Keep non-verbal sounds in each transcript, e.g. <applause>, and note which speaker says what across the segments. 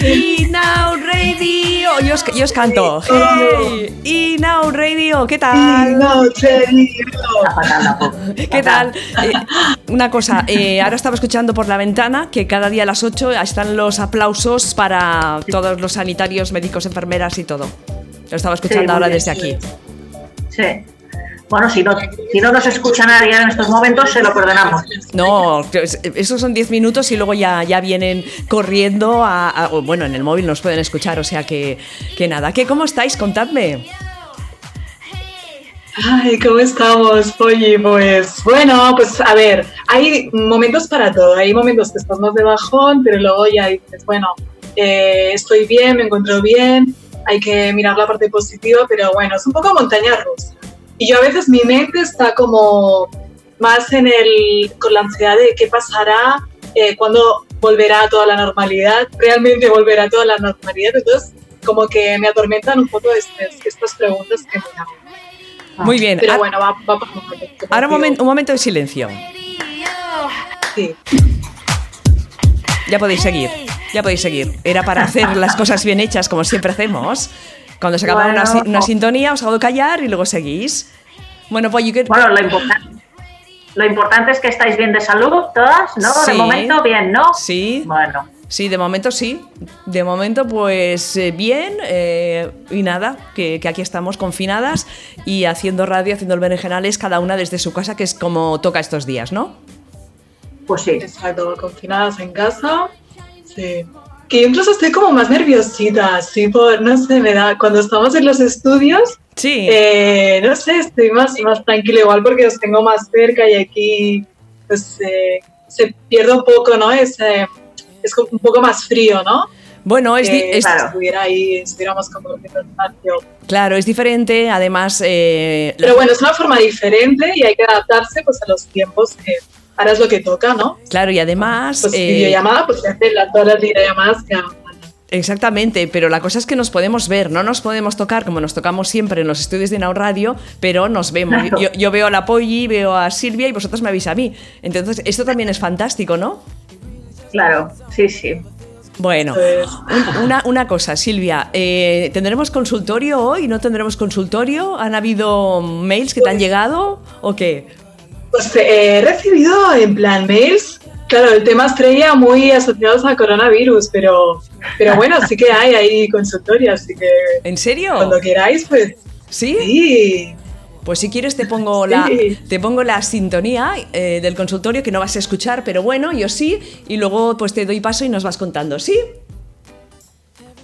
Speaker 1: Y now radio. Yo os, yo os canto. Hey. Y now radio. ¿Qué tal? ¿Qué tal? Eh, una cosa, eh, ahora estaba escuchando por la ventana que cada día a las 8 están los aplausos para todos los sanitarios, médicos, enfermeras y todo. Lo estaba escuchando
Speaker 2: Sí,
Speaker 1: ahora
Speaker 2: muy bien,
Speaker 1: desde aquí.
Speaker 2: Sí. Bueno, si no, si no nos escucha nadie en estos momentos, se lo perdonamos.
Speaker 1: No, que es- esos son 10 minutos y luego ya, ya vienen corriendo a, a- o Bueno, en el móvil nos pueden escuchar, o sea que, que nada. ¿Qué, ¿Cómo estáis? Contadme.
Speaker 3: Ay, ¿cómo estamos, Polly? Pues bueno, pues a ver, hay momentos para todo. Hay momentos que estás más de bajón, pero luego ya dices, bueno, eh, estoy bien, me encuentro bien, hay que mirar la parte positiva, pero bueno, es un poco montaña rusa. Y yo a veces mi mente está como más en el, con la ansiedad de qué pasará, eh, cuándo volverá a toda la normalidad, realmente volverá a toda la normalidad. Entonces, como que me atormentan un poco estas- estas preguntas que me hacen.
Speaker 1: Muy bien.
Speaker 3: Pero
Speaker 1: Ah,
Speaker 3: bueno, va, va por momentos, como
Speaker 1: Ahora un,
Speaker 3: digo.
Speaker 1: momen- un momento de silencio.
Speaker 3: Sí.
Speaker 1: Ya podéis seguir. Ya podéis seguir. Era para hacer las cosas bien hechas, como siempre hacemos. Cuando se acaba una,
Speaker 2: Bueno.
Speaker 1: si- una sintonía, os hago callar y luego seguís. Bueno, pues yo que-
Speaker 2: Bueno, lo importante, lo importante es que estáis bien de salud, todas, ¿no?
Speaker 1: Sí.
Speaker 2: De momento, bien, ¿no?
Speaker 1: Sí,
Speaker 2: Bueno,
Speaker 1: sí, de momento sí. De momento, pues eh, bien. eh, y nada, que, que aquí estamos confinadas y haciendo radio, haciendo el berenjenales, cada una desde su casa, que es como toca estos días, ¿no?
Speaker 2: pues sí.
Speaker 3: Exacto, confinadas en casa. Sí. Que yo incluso estoy como más nerviosita, así por, no sé, me da, cuando estamos en los estudios,
Speaker 1: Sí.
Speaker 3: eh, no sé, estoy más, más tranquila, igual porque os tengo más cerca y aquí, pues, eh, se pierde un poco, ¿no? Es, eh, es como un poco más frío, ¿no?
Speaker 1: bueno, es, di-
Speaker 3: Que
Speaker 1: es-
Speaker 3: si
Speaker 2: claro.
Speaker 3: estuviera ahí, estuviéramos como en el espacio.
Speaker 1: Claro, es diferente. Además, eh, la-
Speaker 3: Pero bueno, es una forma diferente y hay que adaptarse pues a los tiempos que ahora es lo que toca, ¿no?
Speaker 1: claro, y además.
Speaker 3: Pues
Speaker 1: eh,
Speaker 3: videollamada, pues se hacen las todas las videollamadas que hagan.
Speaker 1: exactamente, pero la cosa es que nos podemos ver, no nos podemos tocar como nos tocamos siempre en los estudios de Now Radio, pero nos vemos.
Speaker 2: Claro.
Speaker 1: Yo, yo veo a la Polly, veo a Silvia y vosotros me avisáis a mí. Entonces, esto también es fantástico, ¿no?
Speaker 2: Claro, sí, sí.
Speaker 1: Bueno,
Speaker 3: Pues,
Speaker 1: un- una, una cosa, Silvia, eh, ¿tendremos consultorio hoy? ¿No tendremos consultorio? ¿Han habido mails que te han llegado o qué?
Speaker 3: pues, eh, he recibido en plan mails, claro, el tema estrella muy asociados a coronavirus, pero, pero bueno, sí que hay ahí consultorio, así que
Speaker 1: ¿En serio?
Speaker 3: cuando queráis, pues
Speaker 1: ¿Sí?
Speaker 3: sí.
Speaker 1: Pues si quieres te pongo
Speaker 3: <laughs> Sí.
Speaker 1: la, te pongo la sintonía eh, del consultorio que no vas a escuchar, pero bueno, yo sí, y luego pues te doy paso y nos vas contando, ¿sí?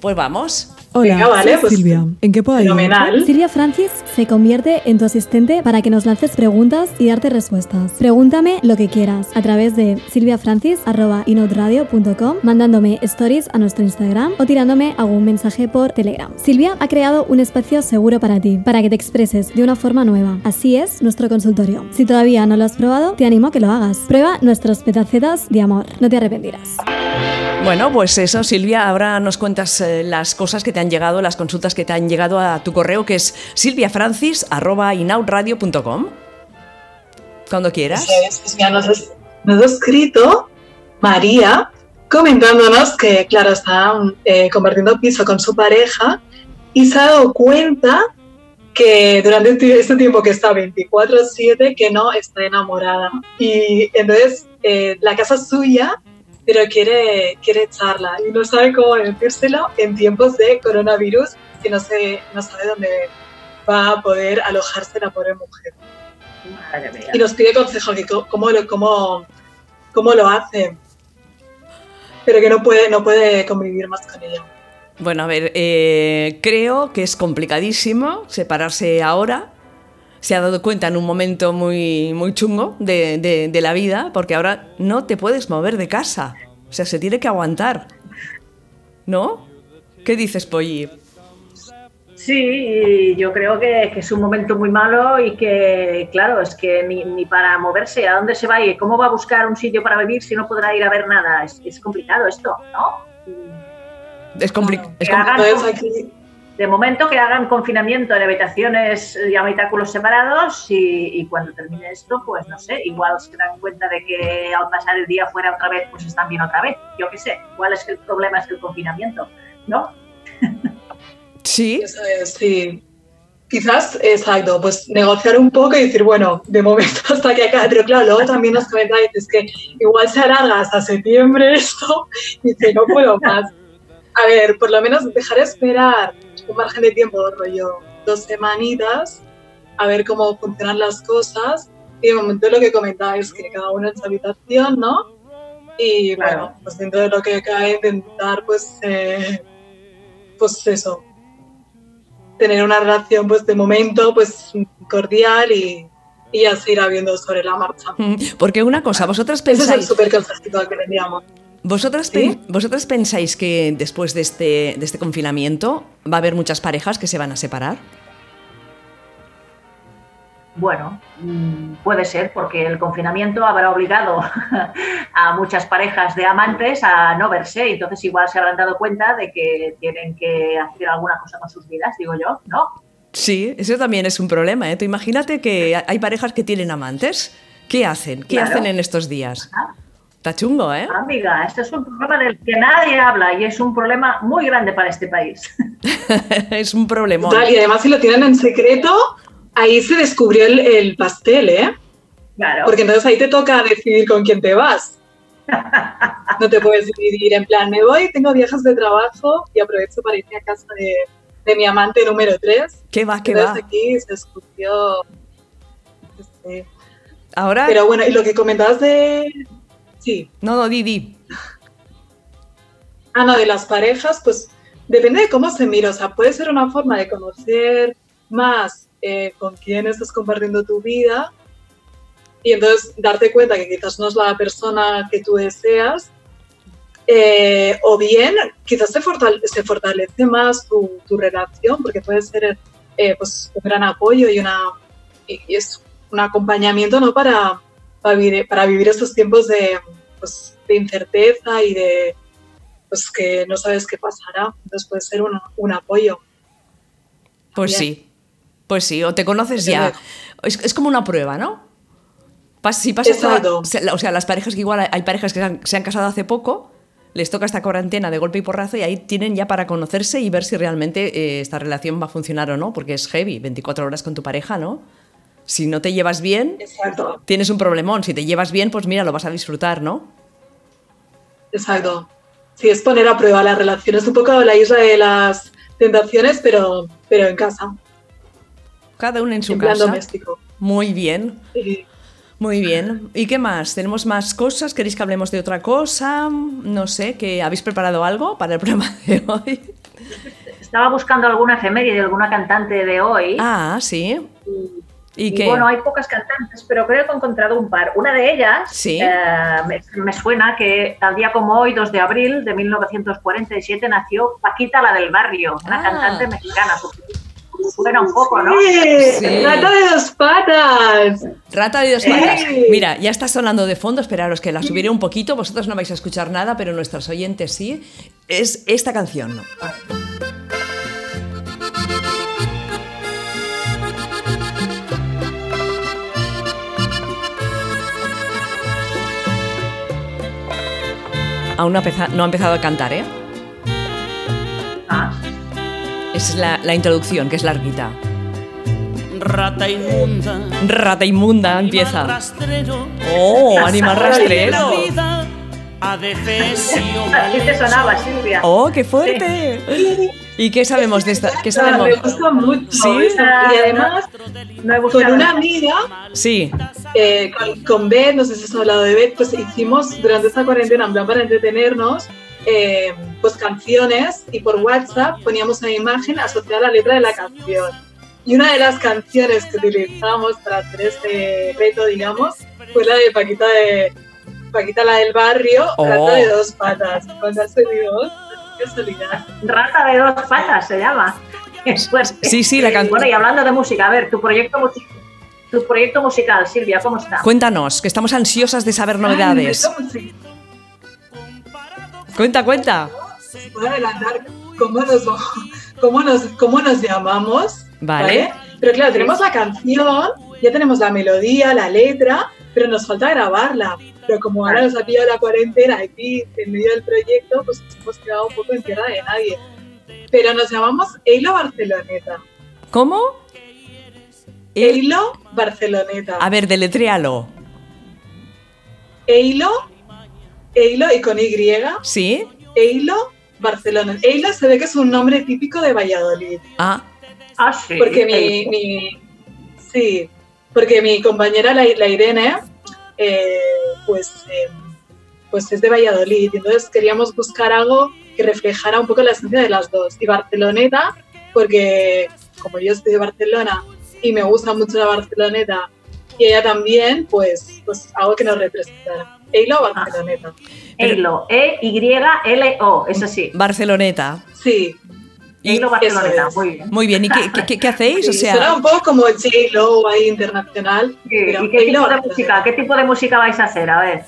Speaker 1: Pues vamos.
Speaker 4: Hola,
Speaker 3: Venga, vale,
Speaker 4: soy
Speaker 3: pues,
Speaker 4: Silvia. ¿En qué puedo ayudar?
Speaker 3: Fenomenal.
Speaker 5: Silvia Francis se convierte en tu asistente para que nos lances preguntas y darte respuestas. Pregúntame lo que quieras a través de silviafrancis.inoutradio.com, mandándome stories a nuestro Instagram o tirándome algún mensaje por Telegram. Silvia ha creado un espacio seguro para ti, para que te expreses de una forma nueva. Así es nuestro consultorio. Si todavía no lo has probado, te animo a que lo hagas. Prueba nuestros petacetas de amor. No te arrepentirás.
Speaker 1: Bueno, pues eso, Silvia, ahora nos cuentas eh, las cosas que te han llegado, las consultas que te han llegado a tu correo, que es silviafrancis.inoutradio.com. Cuando quieras.
Speaker 3: Pues, pues, mira, nos, has- nos ha escrito María comentándonos que, claro, está eh, compartiendo piso con su pareja y se ha dado cuenta que durante ti- este tiempo que está 24/7 que no está enamorada. Y entonces eh, la casa es suya, pero quiere, quiere echarla y no sabe cómo decírselo en tiempos de coronavirus que no, se, no sabe dónde va a poder alojarse la pobre mujer
Speaker 2: Madre mía.
Speaker 3: y nos pide consejo que co- cómo lo, cómo, cómo lo hace. Pero que no puede, no puede convivir más con ella.
Speaker 1: Bueno, a ver, eh, creo que es complicadísimo separarse ahora. Se ha dado cuenta en un momento muy, muy chungo de, de- de la vida, porque ahora no te puedes mover de casa. O sea, se tiene que aguantar. ¿No? ¿Qué dices, Polly?
Speaker 2: Sí, y yo creo que, que es un momento muy malo y que, claro, es que ni, ni para moverse, ¿a dónde se va a ir? ¿Cómo va a buscar un sitio para vivir si no podrá ir a ver nada? Es, es complicado esto, ¿no?
Speaker 1: Es complicado.
Speaker 2: Que hagan
Speaker 3: Entonces
Speaker 2: como-
Speaker 3: aquí,
Speaker 2: De momento que hagan confinamiento en habitaciones y habitáculos separados y, y cuando termine esto, pues no sé, igual se dan cuenta de que al pasar el día fuera otra vez, pues están bien otra vez. Yo qué sé, cuál es que el problema es que el confinamiento, ¿no?
Speaker 1: Sí.
Speaker 3: Eso es, sí. Quizás, exacto, pues negociar un poco y decir, bueno, de momento <laughs> hasta que acabe, pero claro, luego también nos comentáis dices que igual se alarga hasta septiembre esto <laughs> y dice, no puedo más. A ver, por lo menos dejar esperar un margen de tiempo, rollo, dos semanitas, a ver cómo funcionan las cosas y de momento lo que comentáis es que cada uno en su habitación, ¿no? Y bueno, pues dentro de lo que cabe intentar, pues, eh, pues eso, tener una relación pues de momento pues cordial y, y así ir habiendo sobre la marcha.
Speaker 1: Porque una cosa, vosotras
Speaker 3: Ese es el
Speaker 1: pensáis,
Speaker 3: súper que teníamos.
Speaker 1: vosotras,
Speaker 3: ¿Sí?
Speaker 1: pen- vosotras pensáis que después de este, de este confinamiento va a haber muchas parejas que se van a separar.
Speaker 2: Bueno, mm, puede ser, porque el confinamiento habrá obligado <laughs> a muchas parejas de amantes a no verse, y entonces igual se habrán dado cuenta de que tienen que hacer alguna cosa con sus vidas, digo yo, ¿no?
Speaker 1: Sí, eso también es un problema. ¿eh? Tú imagínate que ha- hay parejas que tienen amantes. ¿Qué hacen? ¿Qué
Speaker 2: Claro.
Speaker 1: hacen en estos días?
Speaker 2: Ah.
Speaker 1: Está chungo, ¿eh? <laughs>
Speaker 2: Amiga, este es un problema del que nadie habla y es un problema muy grande para este país. <laughs>
Speaker 1: es un problemón.
Speaker 3: Total, y además si lo tienen en secreto, ahí se descubrió el, el pastel, ¿eh?
Speaker 2: Claro.
Speaker 3: Porque entonces ahí te toca decidir con quién
Speaker 1: <laughs>
Speaker 3: te vas. No te puedes dividir en plan, me voy, tengo viajes de trabajo y aprovecho para irme a casa de, de mi amante número 3.
Speaker 1: ¿Qué va, qué
Speaker 3: entonces
Speaker 1: va?
Speaker 3: aquí se descubrió... este,
Speaker 1: Ahora,
Speaker 3: Pero bueno, y lo que comentabas de... Sí,
Speaker 1: no, no, Didi.
Speaker 3: Ah, no, de las parejas, pues depende de cómo se mira. O sea, puede ser una forma de conocer más eh, con quién estás compartiendo tu vida y entonces darte cuenta que quizás no es la persona que tú deseas. eh, o bien, quizás se, fortale- se fortalece más tu, tu relación porque puede ser eh, pues, un gran apoyo y, una, y- y es un acompañamiento ¿no? para, para, vivir, para vivir estos tiempos de, pues, de incerteza y de, pues que no sabes qué pasará. Entonces puede ser un, un apoyo.
Speaker 1: Pues
Speaker 3: Bien.
Speaker 1: sí. Pues sí, o te conoces
Speaker 3: Desde
Speaker 1: ya.
Speaker 3: luego.
Speaker 1: Es, es como una prueba, ¿no? Pas- si pasa esta-
Speaker 3: Exacto.
Speaker 1: o sea, la- o sea, las parejas que igual hay parejas que se han, se han casado hace poco, les toca esta cuarentena de golpe y porrazo y ahí tienen ya para conocerse y ver si realmente eh, esta relación va a funcionar o no, porque es heavy, 24 horas con tu pareja, ¿no? Si no te llevas bien,
Speaker 3: Exacto,
Speaker 1: tienes un problemón. Si te llevas bien, pues mira, lo vas a disfrutar, ¿no?
Speaker 3: exacto. Sí, es poner a prueba la relación. Es un poco la isla de las tentaciones, pero, pero en casa,
Speaker 1: Cada uno en su
Speaker 3: en plan
Speaker 1: casa.
Speaker 3: doméstico.
Speaker 1: Muy bien,
Speaker 3: Sí.
Speaker 1: Muy bien. ¿Y qué más? ¿Tenemos más cosas? ¿Queréis que hablemos de otra cosa? No sé, que habéis preparado algo para el <laughs> programa de hoy.
Speaker 2: Estaba buscando alguna efeméride de alguna cantante de hoy.
Speaker 1: Ah, sí.
Speaker 2: y-
Speaker 1: ¿Y
Speaker 2: Y
Speaker 1: qué?
Speaker 2: bueno, hay pocas cantantes, pero creo que he encontrado un par. Una de ellas
Speaker 1: Sí.
Speaker 2: eh, me, me suena que tal día como hoy, 2 de abril de 1947, nació Paquita la del Barrio, una
Speaker 1: Ah.
Speaker 2: cantante mexicana. Pues, Suena un poco, ¿no?
Speaker 1: Sí.
Speaker 3: ¡Rata de dos patas!
Speaker 1: Rata de dos patas.
Speaker 3: ¡Ey!
Speaker 1: Mira, ya está sonando de fondo, esperaros que la subiré un poquito, vosotros no vais a escuchar nada, pero nuestros oyentes sí. Es esta canción. Aún no ha empeza- no ha empezado a cantar, ¿eh?
Speaker 2: Ah,
Speaker 1: Es la, la introducción, que es larguita.
Speaker 4: Rata inmunda.
Speaker 1: Rata inmunda
Speaker 4: Animal
Speaker 1: empieza.
Speaker 4: Rastrero.
Speaker 1: ¡Oh, animal
Speaker 4: La
Speaker 1: rastrero!
Speaker 4: vida a defesio
Speaker 2: <laughs> Aquí te sonaba, Silvia.
Speaker 1: ¡Oh, qué fuerte! ¿Y qué sabemos de esta? ¿Qué
Speaker 3: Ah,
Speaker 1: sabemos?
Speaker 3: me gusta mucho.
Speaker 1: Sí.
Speaker 3: esa- Y además,
Speaker 2: No he
Speaker 3: con
Speaker 2: buscado.
Speaker 3: una amiga
Speaker 1: Sí,
Speaker 3: eh, con, con Beth, no sé si has hablado de Beth, pues hicimos durante esta cuarentena, en plan para entretenernos, eh, pues canciones y por WhatsApp poníamos una imagen asociada a la letra de la canción. Y una de las canciones que utilizamos para hacer este reto, digamos, fue la de Paquita de Paquita la del barrio,
Speaker 1: Oh.
Speaker 3: Rata de dos patas. Cuando has tenido casualidad.
Speaker 2: Rata de dos patas se llama. <laughs> Es fuerte.
Speaker 1: sí, sí, la canción.
Speaker 2: Bueno, y hablando de música, a ver, tu proyecto, musi- tu proyecto musical, Silvia, ¿cómo está?
Speaker 1: Pues, Cuéntanos, que estamos ansiosas de saber novedades.
Speaker 3: Ay, ¿cómo se
Speaker 1: Cuenta, cuenta.
Speaker 3: puede adelantar? ¿Cómo nos, mo- cómo nos, cómo nos llamamos.
Speaker 1: Vale.
Speaker 3: Pero claro, tenemos la canción, ya tenemos la melodía, la letra, pero nos falta grabarla. Pero como ahora nos ha pillado la cuarentena aquí en medio del proyecto, pues nos hemos quedado un poco en tierra de nadie. Pero nos llamamos Eilo Barceloneta.
Speaker 1: ¿Cómo? El-
Speaker 3: Eilo Barceloneta.
Speaker 1: Eh. a ver, deletréalo.
Speaker 3: Eilo, Eilo y con Y,
Speaker 1: ¿Sí?
Speaker 3: Eilo Barcelona. Eilo se ve que es un nombre típico de Valladolid.
Speaker 1: Ah,
Speaker 2: Ah, sí.
Speaker 3: Porque mi,
Speaker 1: eh,
Speaker 2: sí.
Speaker 3: mi- sí, porque mi compañera la, la Irene, eh, pues, eh, pues es de Valladolid, entonces queríamos buscar algo que reflejara un poco la esencia de las dos. Y Barceloneta, porque como yo estoy de Barcelona y me gusta mucho la Barceloneta, y ella también, pues, pues algo que nos representara. Eilo
Speaker 2: Ah.
Speaker 3: Barceloneta.
Speaker 2: Eilo, E-Y-L-O, es así.
Speaker 1: Barceloneta.
Speaker 3: Sí.
Speaker 1: Y
Speaker 2: Eilo Barceloneta,
Speaker 3: es.
Speaker 2: muy bien.
Speaker 1: Muy bien, ¿y qué, qué- qué- qué hacéis? O
Speaker 3: Sí, suena
Speaker 1: sea,
Speaker 3: un poco como J-Lo ahí internacional. pero
Speaker 2: ¿Y qué tipo
Speaker 3: Eilo
Speaker 2: de
Speaker 3: Barceloneta.
Speaker 2: música? ¿Qué tipo de música vais a hacer? A ver.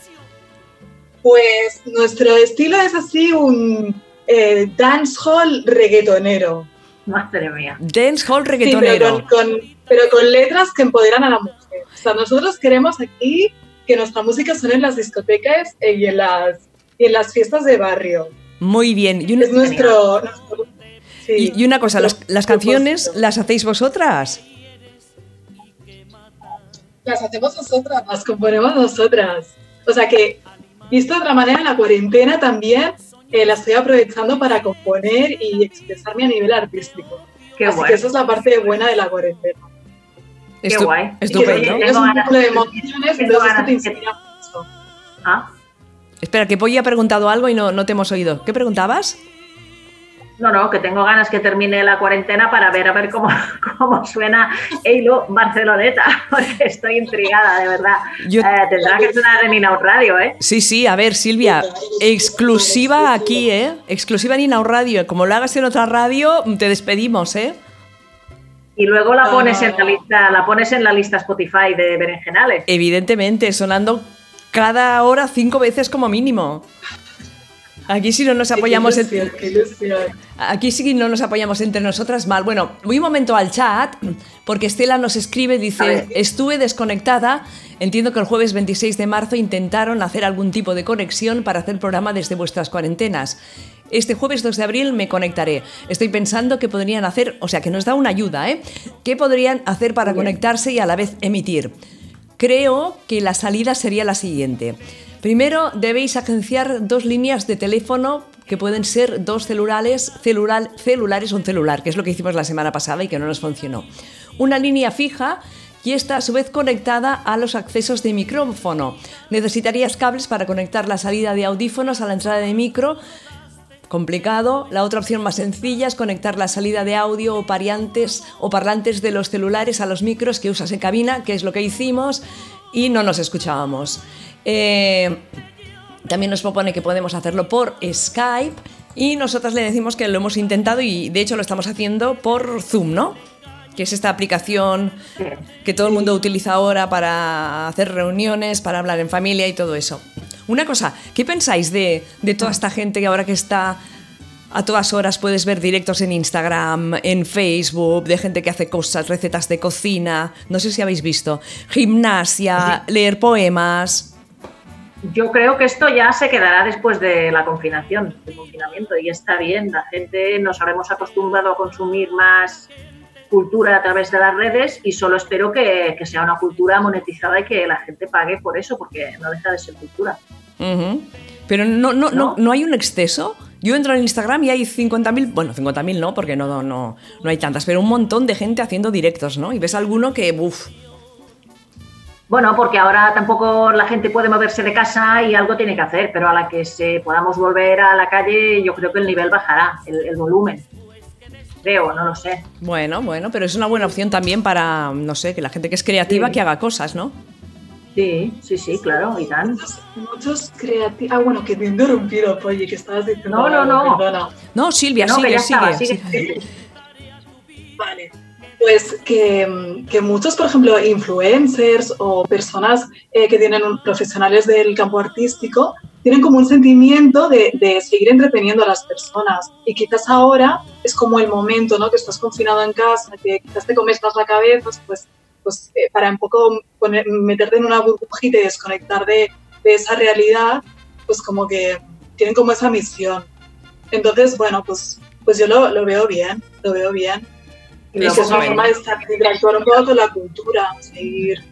Speaker 3: Pues nuestro estilo es así un eh, dancehall reggaetonero.
Speaker 2: Madre mía.
Speaker 1: dance hall
Speaker 3: Sí,
Speaker 1: reggaetonero.
Speaker 3: pero con, con- pero con letras que empoderan a la mujer. O sea, nosotros queremos aquí que nuestra música suene en las discotecas eh, y en las, y en las fiestas de barrio.
Speaker 1: Muy bien. Y una,
Speaker 3: Es nuestro... nuestro- sí.
Speaker 1: y- y una cosa, las, las canciones
Speaker 3: Propósito.
Speaker 1: las hacéis vosotras.
Speaker 3: Las hacemos nosotras, las componemos nosotras. O sea que, visto de otra manera, la cuarentena también eh, la estoy aprovechando para componer y expresarme a nivel artístico.
Speaker 2: Qué
Speaker 3: Así
Speaker 2: guay.
Speaker 3: que esa es la parte buena de la cuarentena.
Speaker 2: Qué
Speaker 1: Estu-
Speaker 2: guay.
Speaker 3: Y que
Speaker 1: Estupendo.
Speaker 2: Qué
Speaker 3: tienes un
Speaker 2: ganas.
Speaker 3: cúmulo de emociones,
Speaker 2: Qué
Speaker 3: entonces esto
Speaker 2: ganas.
Speaker 3: te inspira mucho.
Speaker 2: Ah,
Speaker 1: Espera, que Polly ha preguntado algo y no, no te hemos oído. ¿Qué preguntabas?
Speaker 2: No, no, que tengo ganas que termine la cuarentena para ver a ver cómo, <laughs> cómo suena Eilo Barceloneta, <laughs> porque estoy intrigada, de verdad.
Speaker 1: Yo-
Speaker 2: Eh, tendrá que sonar en Inau Radio, ¿eh?
Speaker 1: Sí, sí, a ver, Silvia, exclusiva aquí, ¿eh? Exclusiva en Inau Radio. Como lo hagas en otra radio, te despedimos, ¿eh?
Speaker 2: Y luego la
Speaker 3: No,
Speaker 2: pones
Speaker 3: no,
Speaker 2: en la
Speaker 3: no.
Speaker 2: lista, la pones en la lista Spotify de Berenjenales.
Speaker 1: Evidentemente, sonando cada hora cinco veces como mínimo. Aquí si no nos apoyamos
Speaker 3: Qué
Speaker 1: en-
Speaker 3: ilusión, qué ilusión.
Speaker 1: Aquí sí que no nos apoyamos entre nosotras mal. Bueno, voy un momento al chat, porque Estela nos escribe,
Speaker 2: A
Speaker 1: dice,
Speaker 2: ver.
Speaker 1: estuve desconectada, entiendo que el jueves 26 de marzo intentaron hacer algún tipo de conexión para hacer programa desde vuestras cuarentenas. Este jueves 2 de abril me conectaré. Estoy pensando que podrían hacer, o sea, que nos da una ayuda, ¿eh? ¿Qué podrían hacer para conectarse y a la vez emitir? Creo que la salida sería la siguiente. Primero debéis agenciar dos líneas de teléfono que pueden ser dos celulares, celular, celulares o un celular, que es lo que hicimos la semana pasada y que no nos funcionó. Una línea fija y está a su vez conectada a los accesos de micrófono. Necesitarías cables para conectar la salida de audífonos a la entrada de micro complicado. La otra opción más sencilla es conectar la salida de audio o, pariantes, o parlantes de los celulares a los micros que usas en cabina, que es lo que hicimos, y no nos escuchábamos. Eh, también nos propone que podemos hacerlo por Skype y nosotras le decimos que lo hemos intentado y de hecho lo estamos haciendo por Zoom, ¿no? Que es esta aplicación que todo el mundo utiliza ahora para hacer reuniones, para hablar en familia y todo eso. Una cosa, ¿qué pensáis de, de toda esta gente que ahora que está a todas horas puedes ver directos en Instagram, en Facebook, de gente que hace cosas, recetas de cocina, no sé si habéis visto, gimnasia, leer poemas.
Speaker 2: Yo creo que esto ya se quedará después de la confinación, del confinamiento, y está bien, la gente nos habremos acostumbrado a consumir más cultura a través de las redes y solo espero que, que sea una cultura monetizada y que la gente pague por eso, porque no deja de ser cultura.
Speaker 1: Ujú. Pero no, no, no,
Speaker 2: ¿No?
Speaker 1: no hay un exceso. Yo entro en Instagram y hay 50.000, bueno, 50.000 no, porque no, no, no, no hay tantas, pero un montón de gente haciendo directos, ¿no? Y ves alguno que, uff,
Speaker 2: Bueno, porque ahora tampoco la gente puede moverse de casa y algo tiene que hacer, pero a la que se podamos volver a la calle, yo creo que el nivel bajará, el, el volumen. Creo, no lo sé.
Speaker 1: bueno, bueno, pero es una buena opción también para, no sé, que la gente que es creativa
Speaker 2: Sí.
Speaker 1: que haga cosas, ¿no?
Speaker 2: Sí, sí, sí, claro, y tan.
Speaker 3: Muchos, creativos. Ah, bueno, que te he interrumpido, Polly, que estabas diciendo.
Speaker 2: No, no,
Speaker 3: algo,
Speaker 2: no.
Speaker 3: perdona.
Speaker 1: No, Silvia,
Speaker 2: No, que
Speaker 1: sigue,
Speaker 2: ya
Speaker 1: sigue,
Speaker 2: estaba,
Speaker 1: sigue.
Speaker 2: sigue.
Speaker 3: Vale. Pues que, mm, que muchos, por ejemplo, influencers o personas eh, que tienen un- profesionales del campo artístico tienen como un sentimiento de, de seguir entreteniendo a las personas. Y quizás ahora es como el momento, ¿no? Que estás confinado en casa, que quizás te comes más la cabeza, pues, pues eh, para un poco poner- meterte en una burbujita y desconectar de, de esa realidad, pues como que tienen como esa misión. Entonces, bueno, pues, pues yo lo, lo veo bien, lo veo bien. Y
Speaker 1: Eso
Speaker 3: luego
Speaker 1: es
Speaker 3: es una
Speaker 1: bueno.
Speaker 3: forma de estar- de interactuar un poco con la cultura, seguir.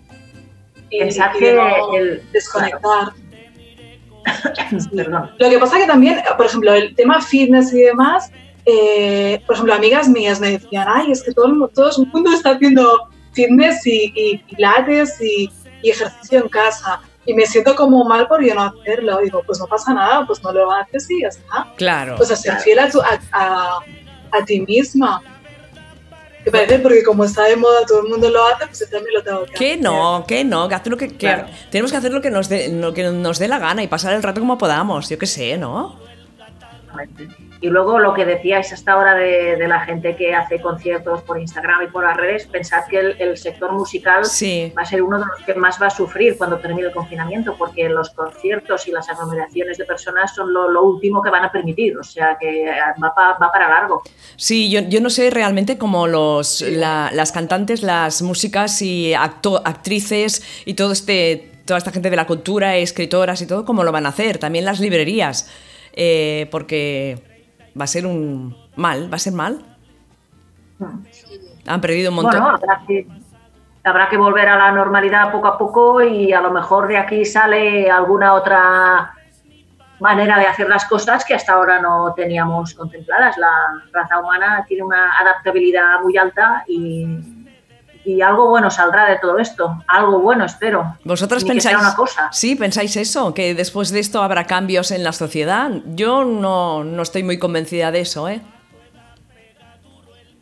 Speaker 3: Y,
Speaker 2: Pensad
Speaker 3: y
Speaker 2: que
Speaker 3: no
Speaker 2: el-
Speaker 3: desconectar.
Speaker 2: <clears throat> Perdón.
Speaker 3: Lo que pasa que también, por ejemplo, el tema fitness y demás, eh, por ejemplo, amigas mías me decían, ay, es que todo el mundo, todo el mundo está haciendo fitness y, y pilates y, y ejercicio en casa. Y me siento como mal por yo no hacerlo. Digo, pues no pasa nada, pues no lo haces y ya está.
Speaker 1: Claro.
Speaker 2: Pues
Speaker 3: O sea, ser fiel a, tu- a, a- a ti misma. Que parece porque como está de moda, todo el mundo lo hace, pues yo también lo tengo que
Speaker 1: Que
Speaker 3: hacer.
Speaker 1: no, que no, que hacer lo que, que-
Speaker 3: Claro.
Speaker 1: tenemos que hacer lo que nos dé, lo que nos dé la gana y pasar el rato como podamos, yo qué sé, ¿no?
Speaker 2: Exactamente. Y luego lo que decíais hasta ahora de, de la gente que hace conciertos por Instagram y por las redes, pensad que el, el sector musical
Speaker 1: Sí.
Speaker 2: va a ser uno de los que más va a sufrir cuando termine el confinamiento, porque los conciertos y las aglomeraciones de personas son lo, lo último que van a permitir, o sea que eh, va, pa- va para largo.
Speaker 1: Sí, yo, yo no sé realmente cómo los, la- las cantantes, las músicas y acto- actrices y todo este, toda esta gente de la cultura, escritoras y todo, cómo lo van a hacer. También las librerías, eh, porque va a ser un mal, va a ser mal. Han perdido un montón.
Speaker 2: Ah. Bueno, habrá que, habrá que volver a la normalidad poco a poco y a lo mejor de aquí sale alguna otra manera de hacer las cosas que hasta ahora no teníamos contempladas. La raza humana tiene una adaptabilidad muy alta y, y algo bueno saldrá de todo esto. Algo bueno, espero.
Speaker 1: ¿Vosotras
Speaker 2: Ni que sea
Speaker 1: pensáis,
Speaker 2: una cosa.
Speaker 1: sí, pensáis eso? ¿Que después de esto habrá cambios en la sociedad? Yo no, no estoy muy convencida de eso, ¿eh?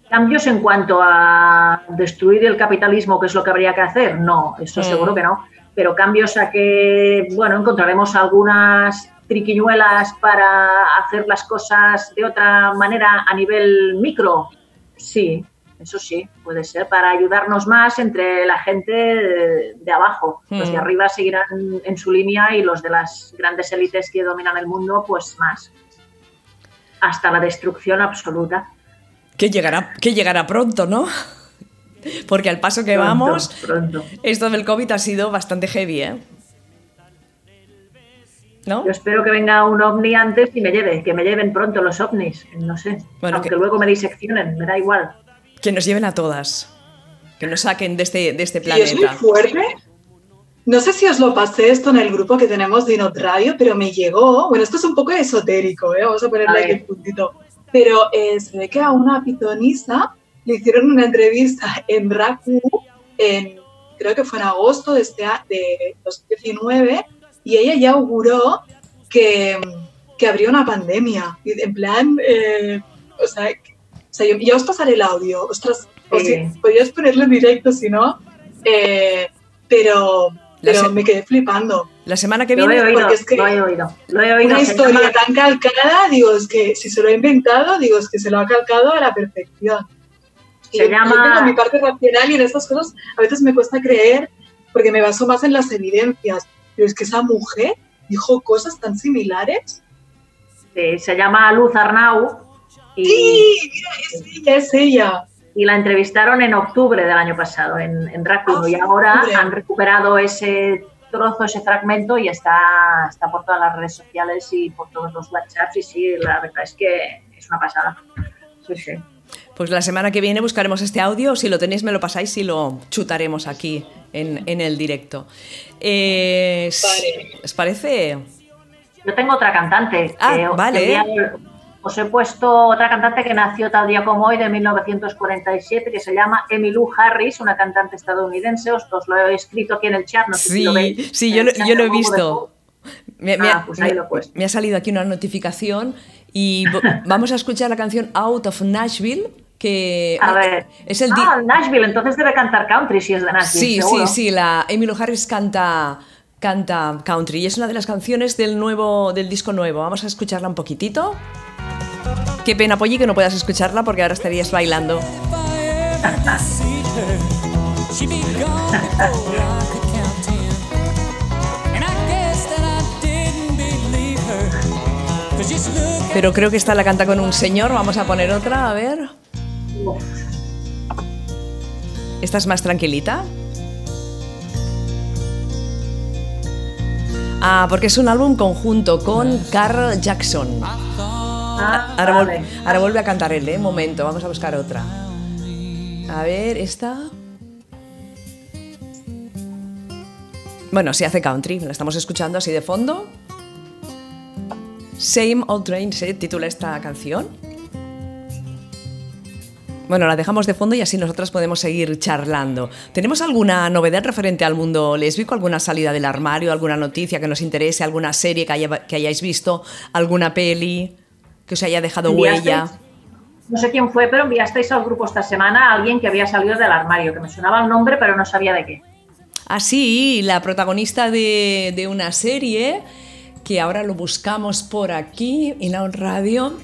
Speaker 2: Cambios en cuanto a destruir el capitalismo, que es lo que habría que hacer, no, eso
Speaker 1: Mm.
Speaker 2: seguro que no. Pero cambios a que, bueno, encontraremos algunas triquiñuelas para hacer las cosas de otra manera a nivel micro. Sí, eso sí, puede ser, para ayudarnos más entre la gente de, de abajo. Los de
Speaker 1: Mm.
Speaker 2: arriba seguirán en su línea y los de las grandes élites que dominan el mundo, pues más. Hasta la destrucción absoluta.
Speaker 1: Que llegará, que llegará pronto, ¿no? Porque al paso que
Speaker 2: Pronto,
Speaker 1: vamos,
Speaker 2: Pronto.
Speaker 1: esto del COVID ha sido bastante heavy, ¿eh? ¿No?
Speaker 2: Yo espero que venga un ovni antes y me lleve, que me lleven pronto los ovnis, no sé.
Speaker 1: Bueno,
Speaker 2: Aunque
Speaker 1: que-
Speaker 2: luego me diseccionen, me da igual.
Speaker 1: Que nos lleven a todas. Que nos saquen de este, de este
Speaker 3: Y es muy
Speaker 1: planeta.
Speaker 3: fuerte. No sé si os lo pasé esto en el grupo que tenemos de Inot Radio, pero me llegó. Bueno, esto es un poco esotérico, ¿eh? vamos a
Speaker 2: A
Speaker 3: ponerle aquí
Speaker 2: ver.
Speaker 3: el puntito. Pero eh, se ve que a una pitonisa le hicieron una entrevista en Raku, en, creo que fue en agosto de, este, a- de 2019, y ella ya auguró que, que habría una pandemia. Y en plan, eh, o sea, que- o sea, yo- ya os pasaré el audio. Ostras, o
Speaker 2: Sí.
Speaker 3: si- podías ponerlo en directo si no. Eh, pero
Speaker 1: La
Speaker 3: pero
Speaker 1: se-
Speaker 3: me quedé flipando.
Speaker 1: La semana que
Speaker 2: Lo he
Speaker 1: viene.
Speaker 2: oído,
Speaker 3: porque es que
Speaker 2: lo he oído, lo he oído.
Speaker 3: Una
Speaker 2: se
Speaker 3: historia
Speaker 2: llama-
Speaker 3: tan calcada, digo, es que si se lo ha inventado, digo, es que se lo ha calcado a la perfección.
Speaker 2: Se
Speaker 3: Y yo
Speaker 2: llama-
Speaker 3: tengo mi parte racional y en estas cosas a veces me cuesta creer porque me baso más en las evidencias. Pero es que esa mujer dijo cosas tan similares.
Speaker 2: eh, se llama Luz Arnau y,
Speaker 3: Sí, mira, es ella, es ella.
Speaker 2: y la entrevistaron en octubre del año pasado en, en Rack Uno,
Speaker 3: Ah,
Speaker 2: y ahora
Speaker 3: octubre.
Speaker 2: han recuperado ese trozo, ese fragmento y está, está por todas las redes sociales y por todos los WhatsApps y sí, la verdad es que es una pasada. Sí, sí.
Speaker 1: Pues la semana que viene buscaremos este audio. Si lo tenéis, me lo pasáis y lo chutaremos aquí en, en el directo. Eh,
Speaker 3: Vale.
Speaker 1: ¿Os parece?
Speaker 2: Yo tengo otra cantante.
Speaker 1: Ah,
Speaker 2: que os-
Speaker 1: vale.
Speaker 2: quería- Os he puesto otra cantante que nació tal día como hoy, de 1947, que se llama Emmylou Harris, una cantante estadounidense. Os, os lo he escrito aquí en el chat, no sé si
Speaker 1: Sí,
Speaker 2: lo veis.
Speaker 1: sí,
Speaker 2: En
Speaker 1: yo
Speaker 2: el
Speaker 1: lo, yo
Speaker 2: chat
Speaker 1: lo he
Speaker 2: del grupo de
Speaker 1: visto. Me, me
Speaker 2: Ah,
Speaker 1: ha-
Speaker 2: pues ahí
Speaker 1: me-
Speaker 2: lo he puesto.
Speaker 1: me ha salido aquí una notificación y
Speaker 2: <laughs>
Speaker 1: vo- vamos a escuchar la canción Out of Nashville, que
Speaker 2: A ver.
Speaker 1: Eh, es el... di-
Speaker 2: Ah, Nashville, entonces debe cantar country si es de Nashville.
Speaker 1: sí, sí,
Speaker 2: seguro.
Speaker 1: sí, la Emily Harris canta, canta country y es una de las canciones del, nuevo, del disco nuevo. Vamos a escucharla un poquitito. Qué pena, Polly, que no puedas escucharla porque ahora estarías bailando.
Speaker 6: She'd be gone before I could count ten. And I guess that I didn't believe.
Speaker 1: Pero creo que esta la canta con un señor. Vamos a poner otra, a ver. ¿Esta es más tranquilita? Ah, porque es un álbum conjunto con Carl Jackson.
Speaker 2: Ah,
Speaker 1: Ahora, vol-
Speaker 2: vale.
Speaker 1: ahora vuelve a cantar él, ¿eh? Un momento, vamos a buscar otra. A ver, esta. Bueno, sí hace country, la estamos escuchando así de fondo. Same Old Train se titula esta canción. Bueno, la dejamos de fondo y así nosotras podemos seguir charlando. ¿Tenemos alguna novedad referente al mundo lésbico? ¿Alguna salida del armario? ¿Alguna noticia que nos interese? ¿Alguna serie que, haya- que hayáis visto? ¿Alguna peli que os haya dejado huella?
Speaker 2: Enviasteis- No sé quién fue, pero enviasteis al grupo esta semana a alguien que había salido del armario, que me sonaba el nombre, pero no sabía de qué.
Speaker 1: Ah, sí, la protagonista de, de una serie que ahora lo buscamos por aquí en la radio. <clears throat>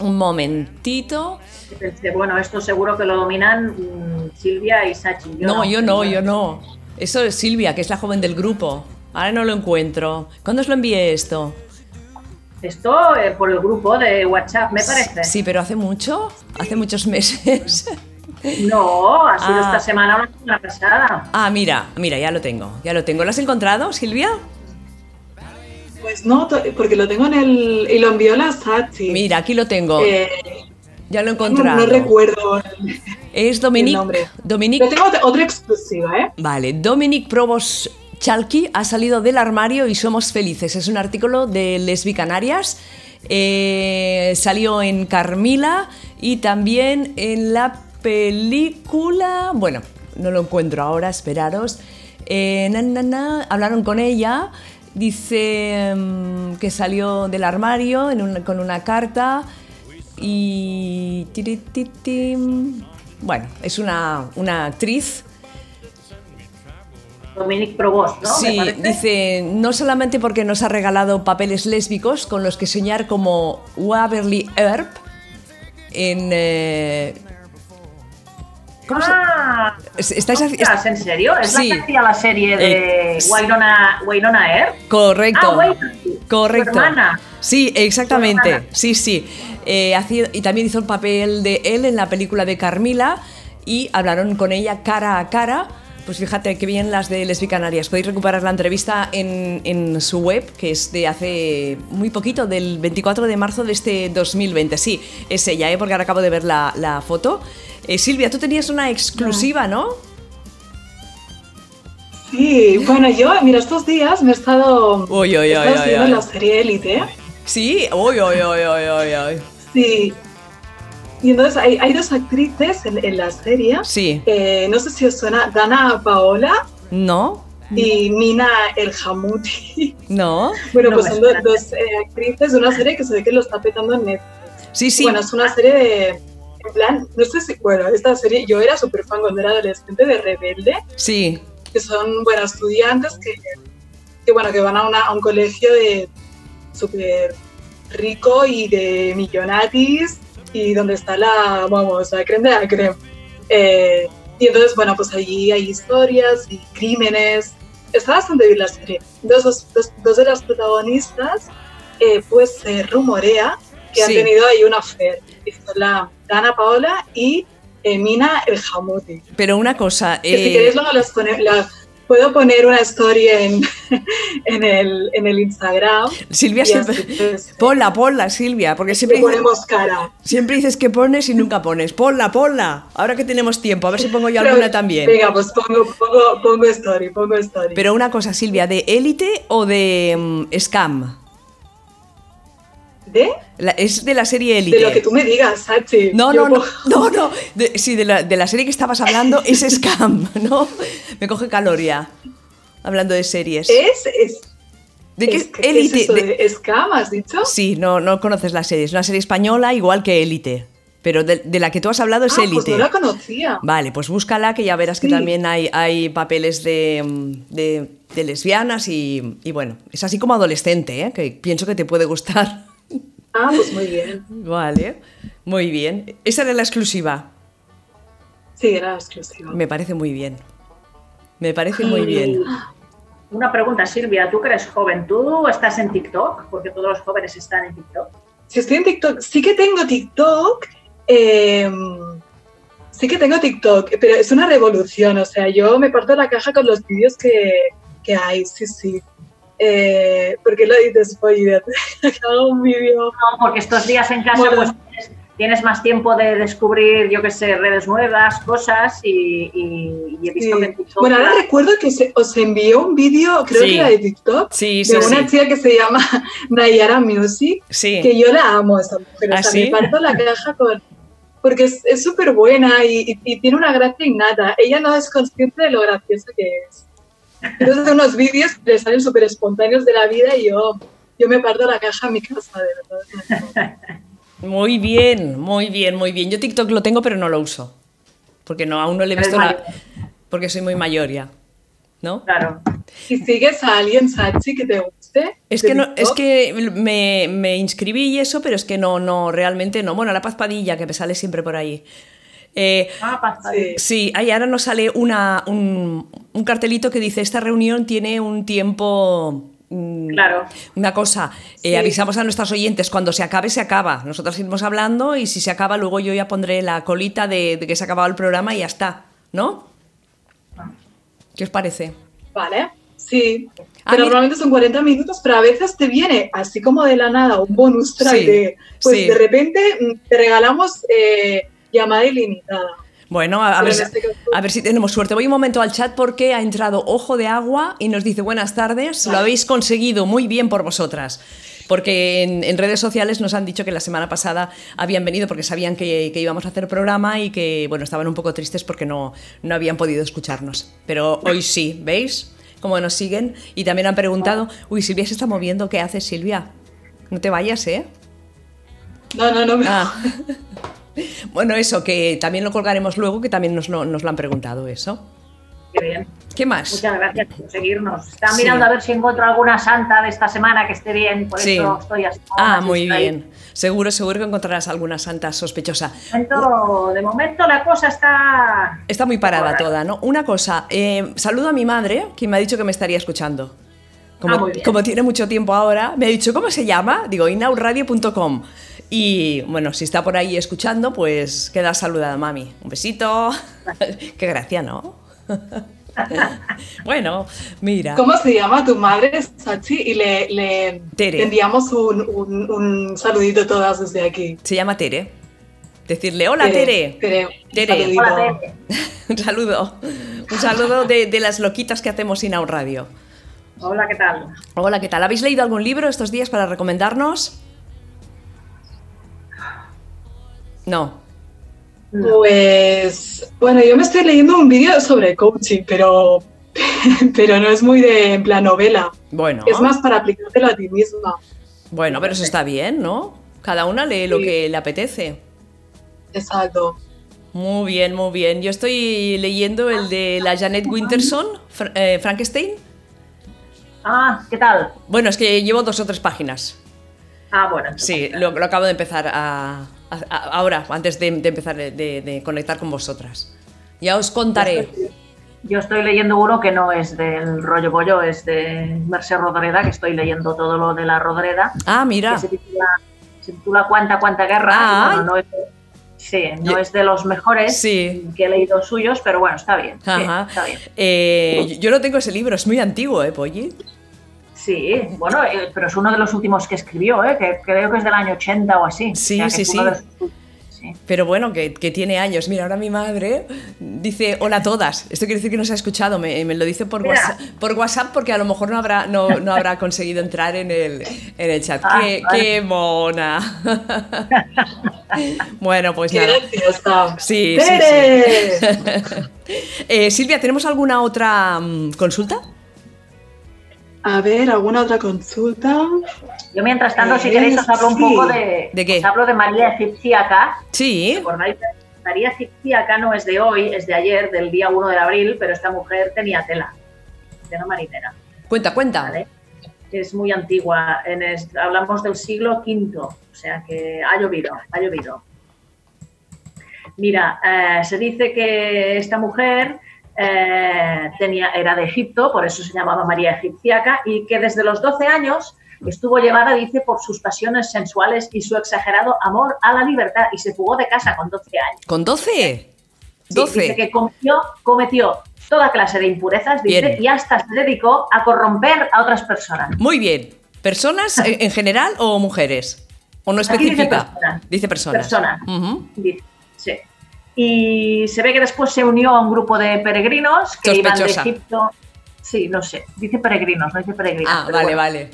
Speaker 1: Un momentito.
Speaker 2: Y pensé, bueno, esto seguro que lo dominan mm, Silvia y Sachi.
Speaker 1: No, yo no, yo no. Eso es Silvia, que es la joven del grupo. Ahora no lo encuentro. ¿Cuándo os lo envié esto?
Speaker 2: Esto eh, por el grupo de WhatsApp, me parece.
Speaker 1: Sí, pero hace mucho, hace muchos meses. <laughs>
Speaker 2: No, ha sido
Speaker 1: Ah.
Speaker 2: esta semana o la semana pasada.
Speaker 1: Ah, mira, mira, ya lo tengo, ya lo tengo. ¿Lo has encontrado, Silvia?
Speaker 3: Pues no, to- porque lo tengo en el... Y lo envió la Sachi.
Speaker 1: Mira, aquí lo tengo.
Speaker 3: Eh,
Speaker 1: Ya lo he
Speaker 3: no,
Speaker 1: encontrado.
Speaker 3: no recuerdo el-
Speaker 1: Es
Speaker 3: el
Speaker 1: Dominique.
Speaker 3: nombre.
Speaker 1: Dominique
Speaker 3: Pero tengo ot- otra exclusiva, ¿eh?
Speaker 1: Vale, Dominic Probos Chalky ha salido del armario y somos felices. Es un artículo de Lesbi Canarias. Eh, salió en Carmila y también en la película. Bueno, no lo encuentro ahora, esperaros. Eh, na, na, na, hablaron con ella. Dice mm, que salió del armario en una- con una carta y. tiri, ti, ti. Bueno, es una, una actriz
Speaker 2: Dominic Provost, ¿no? Me
Speaker 1: Sí,
Speaker 2: parece.
Speaker 1: dice, no solamente porque nos ha regalado papeles lésbicos con los que soñar como Waverly Earp en... eh, ¿Cómo se-
Speaker 2: Ah,
Speaker 1: es- estáis haci-
Speaker 2: ostras, ¿en serio? ¿Es
Speaker 1: Sí.
Speaker 2: la que hacía la serie de
Speaker 1: Eh, sí.
Speaker 2: Wynonna, Wynonna Earp?
Speaker 1: Correcto.
Speaker 2: Ah, bueno,
Speaker 1: correcto.
Speaker 2: su hermana.
Speaker 1: Sí,
Speaker 2: Su
Speaker 1: exactamente.
Speaker 2: hermana.
Speaker 1: Sí, sí. Eh, hacía- y también hizo el papel de él en la película de Carmila y hablaron con ella cara a cara. Pues fíjate qué bien las de Lesbicanarias. Podéis recuperar la entrevista en, en su web, que es de hace muy poquito, del 24 de marzo de este 2020. Sí, es ella, ¿eh? porque ahora acabo de ver la, la foto. Eh, Silvia, tú tenías una exclusiva, ¿no?
Speaker 3: Sí, bueno, yo, mira, estos días me he estado,
Speaker 1: Uy, uy,
Speaker 3: he
Speaker 1: uy,
Speaker 3: estado
Speaker 1: uy,
Speaker 3: siguiendo
Speaker 1: uy.
Speaker 3: la serie Élite.
Speaker 1: Sí, uy, uy, uy, uy, uy, uy.
Speaker 3: Sí. Y entonces hay, hay dos actrices en, en la serie.
Speaker 1: Sí.
Speaker 3: Eh, no sé si os suena Dana Paola
Speaker 1: ¿No?
Speaker 3: y Mina El Hamouti.
Speaker 1: ¿No?
Speaker 3: <laughs> Bueno,
Speaker 2: No
Speaker 3: pues
Speaker 2: me
Speaker 3: son do-
Speaker 2: suena.
Speaker 3: dos eh, actrices de una serie que se ve que lo está petando en Netflix.
Speaker 1: Sí, sí.
Speaker 3: Bueno, es una serie de. En plan, no sé si. Bueno, esta serie, yo era súper fan cuando era adolescente de Rebelde,
Speaker 1: Sí,
Speaker 3: que son, bueno, estudiantes que, que bueno, que van a, una- a un colegio de súper rico y de millonatis y donde está la, vamos, la crema de la crema. Eh, y entonces, bueno, pues allí hay historias y crímenes. Está bastante bien la serie. Entonces, dos, dos- dos de las protagonistas, eh, pues se rumorea que han
Speaker 1: Sí.
Speaker 3: tenido ahí una fe. La Dana Paola y eh, Mina El Hamuti.
Speaker 1: pero una cosa.
Speaker 3: Que si
Speaker 1: eh,
Speaker 3: queréis luego las pone- la- puedo poner una historia en, <laughs> en, el, en el Instagram.
Speaker 1: Silvia
Speaker 3: Y así,
Speaker 1: siempre.
Speaker 3: pues,
Speaker 1: Ponla, ponla, Silvia, porque siempre,
Speaker 3: le
Speaker 1: dices-
Speaker 3: ponemos cara.
Speaker 1: siempre dices que pones y nunca pones. Ponla, ponla. Ahora que tenemos tiempo, a ver si pongo yo
Speaker 3: Pero,
Speaker 1: alguna también.
Speaker 3: Venga, pues pongo, pongo, pongo story, pongo story.
Speaker 1: Pero una cosa, Silvia, ¿de élite o de mm, scam?
Speaker 3: ¿De?
Speaker 1: La- es de la serie élite.
Speaker 3: De lo que tú me digas, Sachi.
Speaker 1: No,
Speaker 3: Yo
Speaker 1: no, no,
Speaker 3: pongo-
Speaker 1: no, no. De- sí, de la, de la serie que estabas hablando
Speaker 3: <laughs>
Speaker 1: es scam, ¿no? Me coge calor ya. Hablando de series.
Speaker 3: Es, es,
Speaker 1: ¿De qué
Speaker 3: ¿Eh? es- ¿qué
Speaker 1: élite?
Speaker 3: es eso
Speaker 1: de-
Speaker 3: de scam, has dicho?
Speaker 1: Sí, no, no conoces la serie. Es una serie española igual que Élite. Pero de, de la que tú has hablado es
Speaker 3: ah,
Speaker 1: Élite.
Speaker 3: pues no la conocía.
Speaker 1: Vale, pues búscala, que ya verás que
Speaker 3: Sí.
Speaker 1: también hay, hay papeles de, mm, de- de lesbianas y, y bueno, es así como adolescente, ¿eh? que pienso que te puede gustar. <laughs>
Speaker 3: Ah, pues muy bien.
Speaker 1: Vale, muy bien. Esa era la exclusiva.
Speaker 3: Sí, era exclusiva. Mm.
Speaker 1: Me parece muy bien. Me parece muy bien.
Speaker 2: Una pregunta, Silvia, tú que eres joven, ¿tú estás en TikTok? Porque todos los jóvenes están en TikTok.
Speaker 3: Si estoy en TikTok, sí que tengo TikTok. eh, sí que tengo TikTok, pero es una revolución. O sea, yo me parto la caja con los vídeos que, que hay. Sí, sí. Eh, ¿Por qué lo dices, <laughs> Polly? Hago un vídeo.
Speaker 2: No, porque estos días en casa
Speaker 3: Bueno.
Speaker 2: pues, tienes, tienes más tiempo de descubrir, yo qué sé, redes nuevas, cosas y, y- y he visto
Speaker 3: Sí.
Speaker 2: que en TikTok...
Speaker 3: Bueno, ahora recuerdo que se- os envió un vídeo, creo
Speaker 1: Sí.
Speaker 3: que era de TikTok,
Speaker 1: Sí, sí,
Speaker 3: de
Speaker 1: sí.
Speaker 3: una chica que se llama <laughs> Nayara Music,
Speaker 1: Sí.
Speaker 3: que yo la amo, esa mujer.
Speaker 1: ¿Ah,
Speaker 3: o sea,
Speaker 1: sí?
Speaker 3: me parto la caja con. Porque es es súper buena y, y- y tiene una gracia innata. Ella no es consciente de lo graciosa que es. Entonces, hace unos vídeos que le salen súper espontáneos de la vida y yo, yo me parto la caja en mi casa, de verdad.
Speaker 1: Muy bien, muy bien, muy bien. Yo TikTok lo tengo, pero no lo uso. Porque no, aún no le he
Speaker 2: Eres
Speaker 1: visto la...
Speaker 2: mayor.
Speaker 1: Porque soy muy mayor ya. ¿No?
Speaker 2: Claro.
Speaker 3: Si sigues a alguien, Sachi, que te guste.
Speaker 1: Es
Speaker 3: de
Speaker 1: que, no, es
Speaker 3: TikTok,
Speaker 1: que me, me inscribí y eso, pero es que no, no, realmente no. Bueno, la Paz Padilla, que me sale siempre por ahí. Eh,
Speaker 2: Ah, pasta.
Speaker 3: Sí.
Speaker 1: sí, ahí ahora nos sale una, un, un cartelito que dice, esta reunión tiene un tiempo... mm,
Speaker 2: Claro.
Speaker 1: Una cosa, eh,
Speaker 3: Sí.
Speaker 1: avisamos a nuestros oyentes, cuando se acabe, se acaba. Nosotros iremos hablando y si se acaba, luego yo ya pondré la colita de, de que se ha acabado el programa y ya está, ¿no? ¿Qué os parece?
Speaker 3: Vale, sí.
Speaker 1: Ah, mira.
Speaker 3: pero normalmente son 40 minutos, pero a veces te viene así como de la nada un bonus track
Speaker 1: Sí,
Speaker 3: de, pues
Speaker 1: sí.
Speaker 3: de repente mm, te regalamos eh, llamada ilimitada.
Speaker 1: Bueno, a, a ver,
Speaker 3: Pero
Speaker 1: si-
Speaker 3: en este caso-
Speaker 1: a ver si tenemos suerte. Voy un momento al chat porque ha entrado Ojo de Agua y nos dice buenas tardes, lo
Speaker 3: Vale.
Speaker 1: habéis conseguido muy bien por vosotras. Porque en, en redes sociales nos han dicho que la semana pasada habían venido porque sabían que, que íbamos a hacer programa y que bueno, estaban un poco tristes porque no, no habían podido escucharnos. Pero hoy sí, ¿veis? Cómo nos siguen. Y también han preguntado, uy, Silvia se está moviendo, ¿qué haces, Silvia? No te vayas, ¿eh?
Speaker 3: No, no, no. me-
Speaker 1: Ah. <laughs> Bueno, eso, que también lo colgaremos luego, que también nos, no- nos lo han preguntado eso.
Speaker 2: Qué bien.
Speaker 1: ¿Qué más?
Speaker 2: Muchas gracias por seguirnos. Estaba
Speaker 1: Sí.
Speaker 2: mirando a ver si encuentro alguna santa de esta semana que esté bien, por
Speaker 1: Sí.
Speaker 2: eso estoy así.
Speaker 1: Ah,
Speaker 2: así
Speaker 1: muy
Speaker 2: estoy.
Speaker 1: bien. Seguro, seguro que encontrarás alguna santa sospechosa.
Speaker 2: De momento, de momento la cosa está...
Speaker 1: Está muy parada
Speaker 2: Ahora.
Speaker 1: toda, ¿no? Una cosa, eh, saludo a mi madre, que me ha dicho que me estaría escuchando. Como,
Speaker 2: Ah, muy bien.
Speaker 1: como tiene mucho tiempo ahora, me ha dicho, ¿cómo se llama? Digo, inauradio.com. Y bueno, si está por ahí escuchando, pues queda saludada, mami. Un besito. <laughs> Qué gracia, ¿no? <laughs> bueno, mira.
Speaker 3: ¿Cómo se llama tu madre, Sachi? Y le, le
Speaker 1: Tere.
Speaker 3: le enviamos un, un- un saludito todas desde aquí. Eh,
Speaker 1: Se llama Tere. Decirle, hola Tere.
Speaker 3: Tere. un
Speaker 1: Tere.
Speaker 3: saludito.
Speaker 2: Hola, Tere.
Speaker 1: <laughs> Un saludo. Un saludo de, de las loquitas que hacemos sin Out Radio.
Speaker 2: Hola, ¿qué tal?
Speaker 1: Hola, ¿qué tal? ¿Habéis leído algún libro estos días para recomendarnos? No.
Speaker 3: Pues, bueno, yo me estoy leyendo un vídeo sobre coaching, pero, <laughs> pero no es muy de en plan novela.
Speaker 1: Bueno.
Speaker 3: Es más para aplicártelo a ti misma.
Speaker 1: Bueno, pero eso está bien, ¿no? Cada una lee lo
Speaker 3: Sí.
Speaker 1: que le apetece.
Speaker 3: Exacto.
Speaker 1: Muy bien, muy bien. Yo estoy leyendo el de la Janet Winterson, Fra- eh, Frankenstein.
Speaker 2: Ah, ¿qué tal?
Speaker 1: Bueno, es que llevo dos o tres páginas.
Speaker 2: Ah, bueno. entonces,
Speaker 1: Sí, lo, lo acabo de empezar a, a- a- ahora, antes de, de empezar de, de conectar con vosotras. Ya os contaré.
Speaker 2: Yo estoy leyendo uno que no es del rollo bollo, es de Merced Rodoreda, que estoy leyendo todo lo de la Rodoreda,
Speaker 1: Ah, mira.
Speaker 2: que se titula, se titula Cuánta, cuánta guerra.
Speaker 1: Ah.
Speaker 2: y bueno, no es, sí, no
Speaker 1: Ye-
Speaker 2: es de los mejores
Speaker 1: Sí.
Speaker 2: que he leído suyos, pero bueno, está bien. sí,
Speaker 1: Ajá.
Speaker 2: está bien.
Speaker 1: Eh, yo- yo no tengo ese libro, es muy antiguo, ¿eh, Polly?
Speaker 2: Sí, bueno, eh, pero es uno de los últimos que escribió, ¿eh? que creo que es del año 80 o así.
Speaker 1: Sí,
Speaker 2: O sea, que
Speaker 1: sí,
Speaker 2: es uno
Speaker 1: sí.
Speaker 2: de los- sí.
Speaker 1: Pero bueno, que, que tiene años. Mira, ahora mi madre dice hola a todas. Esto quiere decir que nos ha escuchado, me, me lo dice por
Speaker 2: Mira.
Speaker 1: WhatsApp, por WhatsApp porque a lo mejor no habrá, no, no habrá conseguido entrar en el, en el chat.
Speaker 2: Ah,
Speaker 1: ¡Qué,
Speaker 2: vale.
Speaker 1: qué mona! <laughs> bueno, pues
Speaker 3: Qué
Speaker 1: nada.
Speaker 3: graciosa.
Speaker 1: Sí, sí,
Speaker 3: Tere.
Speaker 1: Eh, Silvia, ¿tenemos alguna otra mm, consulta?
Speaker 3: A ver, ¿alguna otra consulta?
Speaker 2: Yo mientras tanto, si
Speaker 3: Eh,
Speaker 2: queréis, os hablo un
Speaker 3: sí.
Speaker 2: poco de...
Speaker 1: ¿De qué?
Speaker 2: Os hablo de María Egipciaca,
Speaker 1: Sí.
Speaker 2: ¿Recordáis? María Cipciaca no es de hoy, es de ayer, del día 1 de abril, pero esta mujer tenía tela, tela marinera,
Speaker 1: Cuenta, cuenta.
Speaker 2: ¿vale? Es muy antigua, en es- hablamos del siglo V, o sea que ha llovido, ha llovido. Mira, eh, se dice que esta mujer eh, tenía, era de Egipto, por eso se llamaba María Egipciaca, y que desde los 12 años estuvo llevada, dice, por sus pasiones sensuales y su exagerado amor a la libertad, y se fugó de casa con 12 años.
Speaker 1: ¿Con 12?
Speaker 2: Sí,
Speaker 1: 12.
Speaker 2: dice que cometió, cometió toda clase de impurezas, dice,
Speaker 1: Bien.
Speaker 2: y hasta se dedicó a corromper a otras personas.
Speaker 1: Muy bien. ¿Personas en en general o mujeres? ¿O no
Speaker 2: Aquí dice
Speaker 1: especifica?
Speaker 2: personas.
Speaker 1: Dice personas.
Speaker 2: Personas.
Speaker 1: Ujú.
Speaker 2: Dice, sí. Y se ve que después se unió a un grupo de peregrinos que
Speaker 1: Sospechosa.
Speaker 2: iban de Egipto. Sí, no sé. Dice peregrinos, no dice peregrinos.
Speaker 1: Ah,
Speaker 2: pero
Speaker 1: vale,
Speaker 2: bueno.
Speaker 1: vale.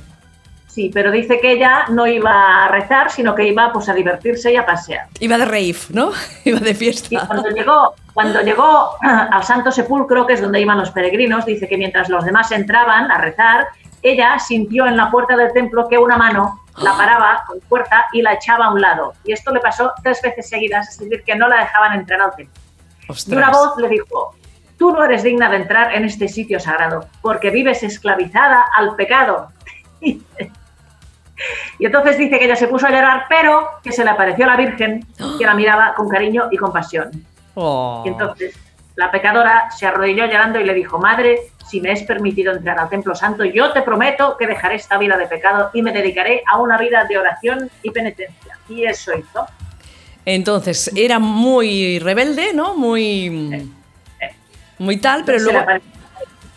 Speaker 2: Sí, pero dice que ella no iba a rezar, sino que iba pues, a divertirse y a pasear.
Speaker 1: Iba de rave, ¿no? <laughs> Iba de
Speaker 2: Y
Speaker 1: fiesta.
Speaker 2: cuando llegó, cuando llegó <clears throat> al Santo Sepulcro, que es donde iban los peregrinos, dice que mientras los demás entraban a rezar, ella sintió en la puerta del templo que una mano la paraba con fuerza y la echaba a un lado. Y esto le pasó tres veces seguidas, es decir, que no la dejaban entrar al templo. Y
Speaker 1: Ostras.
Speaker 2: una voz le dijo, tú no eres digna de entrar en este sitio sagrado, porque vives esclavizada al pecado. <laughs> y entonces dice que ella se puso a llorar, pero que se le apareció
Speaker 1: <gasps>
Speaker 2: la Virgen, que la miraba con cariño y compasión.
Speaker 1: Oh.
Speaker 2: Y entonces la pecadora se arrodilló llorando y le dijo, madre, si me es permitido entrar al templo santo, yo te prometo que dejaré esta vida de pecado y me dedicaré a una vida de oración y penitencia. Y eso hizo.
Speaker 1: Entonces, era muy rebelde, ¿no? Muy. Muy tal, pero
Speaker 2: Se
Speaker 1: luego.
Speaker 2: le apareció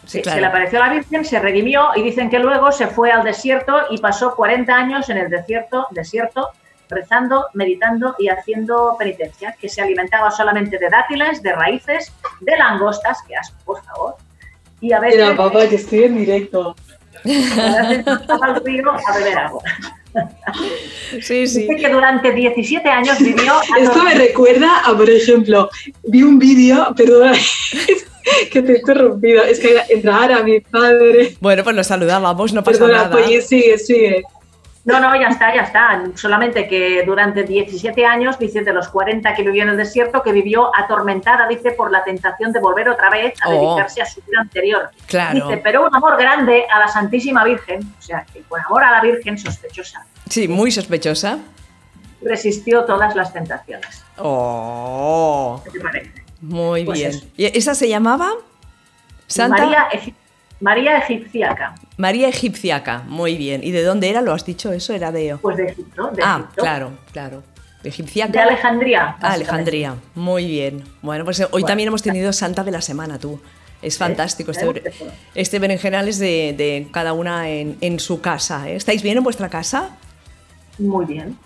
Speaker 1: Sí,
Speaker 2: Sí,
Speaker 1: claro.
Speaker 2: Eh, Se le apareció la Virgen, se redimió y dicen que luego se fue al desierto y pasó 40 años en el desierto, desierto rezando, meditando y haciendo penitencia, que se alimentaba solamente de dátiles, de raíces, de langostas, que asco, por favor, y a veces,
Speaker 3: Mira, papá, que estoy en directo.
Speaker 2: <laughs> a veces bajaba al río a beber agua.
Speaker 1: Sí, sí.
Speaker 2: Dice que durante 17 años vivió...
Speaker 1: Ah,
Speaker 3: Esto me recuerda a, por ejemplo, vi un vídeo, perdona, <laughs> que te he interrumpido, es que entrar a mi padre.
Speaker 1: Bueno, pues lo saludábamos, no pasa
Speaker 3: Perdona,
Speaker 1: nada.
Speaker 2: pues,
Speaker 3: oye, sigue, sigue.
Speaker 2: No, no, ya está, ya está. Solamente que durante 17 años, dice, de los 40 que vivió en el desierto, que vivió atormentada, dice, por la tentación de volver otra vez a
Speaker 1: Oh.
Speaker 2: dedicarse a su vida anterior.
Speaker 1: Claro.
Speaker 2: Dice, pero un amor grande a la Santísima Virgen, o sea, que por amor a la Virgen sospechosa,
Speaker 1: Sí, muy sospechosa.
Speaker 2: resistió todas las tentaciones.
Speaker 1: Oh.
Speaker 2: ¿Qué te parece?
Speaker 1: Muy
Speaker 2: Pues
Speaker 1: bien.
Speaker 2: eso.
Speaker 1: ¿Y esa se llamaba? Santa
Speaker 2: María, Egi- María Egipciaca,
Speaker 1: María Egipciaca. Muy bien. ¿Y de dónde era? ¿Lo has dicho eso? Era de.
Speaker 2: pues de Egipto, de
Speaker 1: ah,
Speaker 2: Egipto.
Speaker 1: claro, claro. Egipciaca.
Speaker 2: De Alejandría.
Speaker 1: Ah, Alejandría, muy bien. Bueno, pues eh, hoy
Speaker 2: Bueno,
Speaker 1: también hemos tenido Santa de la Semana, tú. Es fantástico. Este,
Speaker 2: ¿eh?
Speaker 1: ber- este berenjenal es de, de cada una en, en su casa. ¿eh? ¿Estáis bien en vuestra casa?
Speaker 2: Muy bien.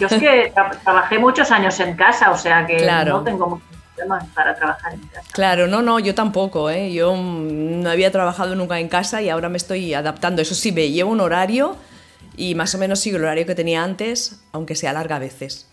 Speaker 2: Yo es que tra- trabajé muchos años en casa, o sea que
Speaker 1: Claro.
Speaker 2: no tengo muchos problemas para trabajar en casa.
Speaker 1: Claro, no, no, yo tampoco. ¿eh? Yo mm, no había trabajado nunca en casa y ahora me estoy adaptando. Eso sí, me llevo un horario y más o menos sigo el horario que tenía antes, aunque sea larga a veces.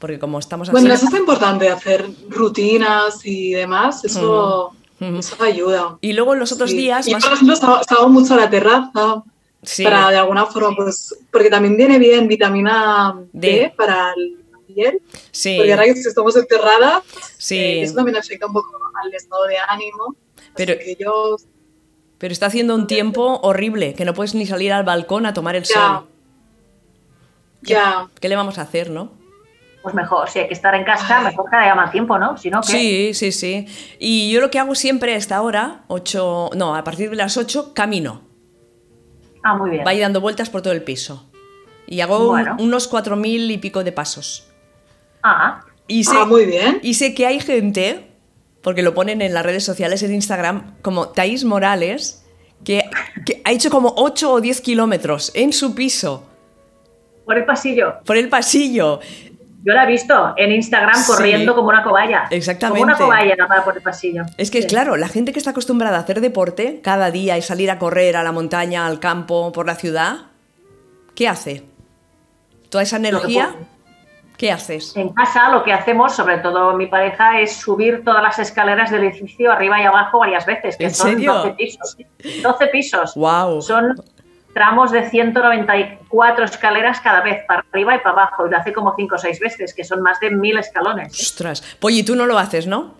Speaker 1: Porque como estamos así...
Speaker 3: Bueno, eso es importante, hacer rutinas y demás, eso,
Speaker 1: Mm.
Speaker 3: eso ayuda.
Speaker 1: y luego los otros
Speaker 3: Sí.
Speaker 1: días...
Speaker 3: Y
Speaker 1: más-
Speaker 3: por ejemplo, sal- salgo mucho a la terraza
Speaker 1: Sí.
Speaker 3: para de alguna forma, pues, porque también viene bien vitamina D,
Speaker 1: D.
Speaker 3: para el piel.
Speaker 1: sí.
Speaker 3: Porque ahora que estamos enterradas,
Speaker 1: Sí.
Speaker 3: eh, eso también afecta un poco al estado de ánimo.
Speaker 1: Pero-
Speaker 3: Pero que yo,
Speaker 1: Pero está haciendo un tiempo horrible, que no puedes ni salir al balcón a tomar el
Speaker 3: ya,
Speaker 1: sol.
Speaker 3: ya,
Speaker 1: ¿Qué le vamos a hacer, no?
Speaker 2: Pues mejor, si hay que estar en casa, mejor que haya mal tiempo, ¿no? Si no, ¿qué?
Speaker 1: Sí, sí, sí. Y yo lo que hago siempre a esta hora, 8, no, a partir de las 8, camino.
Speaker 2: Ah, muy bien.
Speaker 1: Voy dando vueltas por todo el piso. Y hago un-
Speaker 2: Bueno.
Speaker 1: unos 4.000 y pico de pasos.
Speaker 2: Ah,
Speaker 1: Y sé,
Speaker 3: Ah, muy bien.
Speaker 1: y sé que hay gente, porque lo ponen en las redes sociales, en Instagram, como Thais Morales, que, que ha hecho como 8 o 10 kilómetros en su piso,
Speaker 2: por el pasillo.
Speaker 1: por el pasillo.
Speaker 2: Yo la he visto en Instagram
Speaker 1: Sí.
Speaker 2: corriendo como una cobaya.
Speaker 1: Exactamente.
Speaker 2: Como una cobaya va por el pasillo.
Speaker 1: Es que,
Speaker 2: Sí.
Speaker 1: claro, la gente que está acostumbrada a hacer deporte cada día y salir a correr a la montaña, al campo, por la ciudad, ¿qué hace? Toda esa energía,
Speaker 2: puede.
Speaker 1: ¿qué haces?
Speaker 2: En casa lo que hacemos, sobre todo mi pareja, es subir todas las escaleras del edificio arriba y abajo varias veces, que
Speaker 1: ¿En
Speaker 2: son
Speaker 1: serio?
Speaker 2: 12 pisos. 12 pisos.
Speaker 1: ¡Wow!
Speaker 2: Son tramos de 194 escaleras cada vez, para arriba y para abajo, y lo hace como 5 o 6 veces, que son más de 1000 escalones. ¿eh?
Speaker 1: ¡Ostras! Polly, tú no lo haces, ¿no?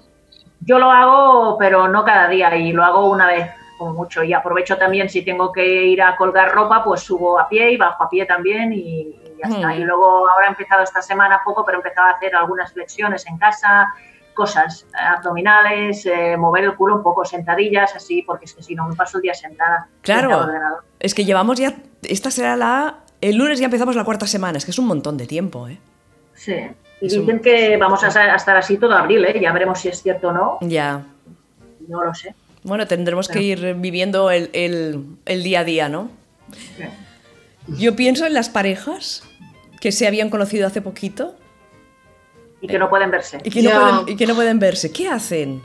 Speaker 2: Yo lo hago, pero no cada día, y lo hago una vez como mucho, y aprovecho también si tengo que ir a colgar ropa, pues subo a pie y bajo a pie también, y, y ya está.
Speaker 1: Mm.
Speaker 2: Y luego ahora he empezado esta semana poco, pero he empezado a hacer algunas flexiones en casa, cosas, eh, abdominales, eh, mover el culo un poco, sentadillas, así, porque es que si no me paso el día sentada. frente al
Speaker 1: Claro,
Speaker 2: ordenador.
Speaker 1: es que llevamos ya, esta será la, el lunes ya empezamos la cuarta semana, es que es un montón de tiempo, ¿eh?
Speaker 2: Sí. Y
Speaker 1: Es un-
Speaker 2: dicen que vamos a, sa- a estar así todo abril, ¿eh? Ya veremos si es cierto o no.
Speaker 1: Ya.
Speaker 2: No lo sé.
Speaker 1: Bueno, tendremos que ir viviendo el, el- el día a día, ¿no? Yo pienso en las parejas que se habían conocido hace poquito
Speaker 2: Y que no pueden verse.
Speaker 1: y que, no
Speaker 3: Ya.
Speaker 1: pueden, y que no pueden verse. ¿Qué hacen?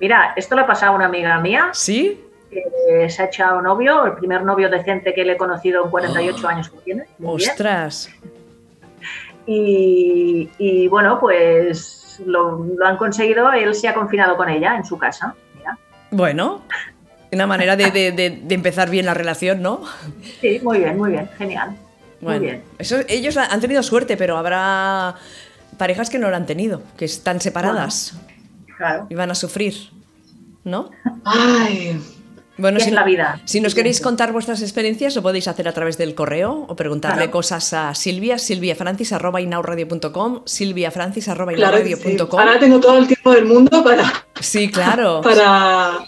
Speaker 2: Mira, esto le ha pasado a una amiga mía
Speaker 1: ¿Sí?
Speaker 2: que se ha echado novio, el primer novio decente que le he conocido en 48 años que tiene. Muy bien.
Speaker 1: Ah. Ostras.
Speaker 2: Y, y, bueno, pues lo, lo han conseguido, él se ha confinado con ella en su casa. Mira.
Speaker 1: Bueno, una manera de, de- de- de empezar bien la relación, ¿no?
Speaker 2: Sí, muy bien, muy bien, genial.
Speaker 1: Bueno,
Speaker 2: Muy bien.
Speaker 1: eso- ellos la- han tenido suerte, pero habrá parejas que no la han tenido, que están separadas
Speaker 2: Claro.
Speaker 1: y van a sufrir, ¿no?
Speaker 3: Ay,
Speaker 1: Bueno,
Speaker 2: ¿Qué es la vida?
Speaker 1: Si nos
Speaker 2: Sí,
Speaker 1: queréis
Speaker 2: sí.
Speaker 1: contar vuestras experiencias, lo podéis hacer a través del correo o preguntarle
Speaker 2: Claro.
Speaker 1: cosas a Silvia, silviafrancis.inauradio.com,
Speaker 3: claro que sí.
Speaker 1: silviafrancis.inauradio.com.
Speaker 3: Ahora tengo todo el tiempo del mundo para,
Speaker 1: Sí,
Speaker 2: <laughs>
Speaker 1: claro.
Speaker 3: <laughs> para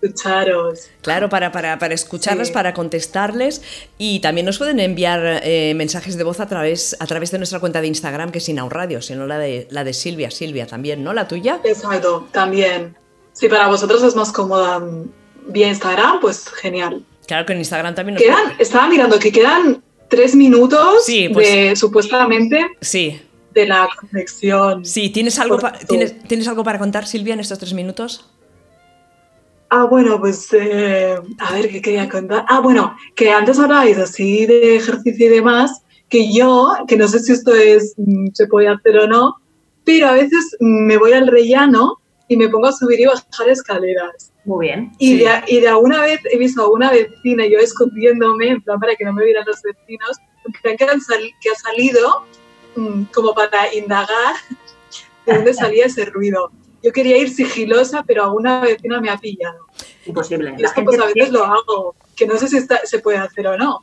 Speaker 3: escucharos.
Speaker 1: Claro, para, para, para escucharles,
Speaker 3: Sí.
Speaker 1: para contestarles y también nos pueden enviar eh, mensajes de voz a través, a través de nuestra cuenta de Instagram, que es Inaud Radio, sino la de, la de Silvia, Silvia también, ¿no? La tuya.
Speaker 3: Exacto, también. Si para vosotros es más cómoda mm, vía Instagram, pues genial.
Speaker 1: Claro que en Instagram también nos
Speaker 3: Quedan, estaba mirando que quedan tres minutos
Speaker 1: Sí, pues-
Speaker 3: de supuestamente
Speaker 1: Sí,
Speaker 3: de la conexión.
Speaker 1: sí. ¿Tienes algo,
Speaker 3: Por
Speaker 1: pa-
Speaker 3: tu-
Speaker 1: ¿tienes, ¿Tienes algo para contar, Silvia, en estos tres minutos?
Speaker 3: Ah, bueno, pues eh, a ver qué quería contar. Ah, bueno, que antes hablabais así de ejercicio y demás, que yo, que no sé si esto es, mm, se puede hacer o no, pero a veces mm, me voy al rellano y me pongo a subir y bajar escaleras.
Speaker 2: Muy bien.
Speaker 3: Y,
Speaker 1: Sí.
Speaker 3: de, a- y de alguna vez he visto a una vecina, yo escondiéndome, en plan para que no me vieran los vecinos, en plan que, han sal- que ha salido mm, como para indagar de dónde salía ese ruido. Yo quería ir sigilosa, pero alguna vecina me ha pillado.
Speaker 2: Imposible.
Speaker 3: Y esto pues a veces lo hago, que no sé si está- se puede hacer o no.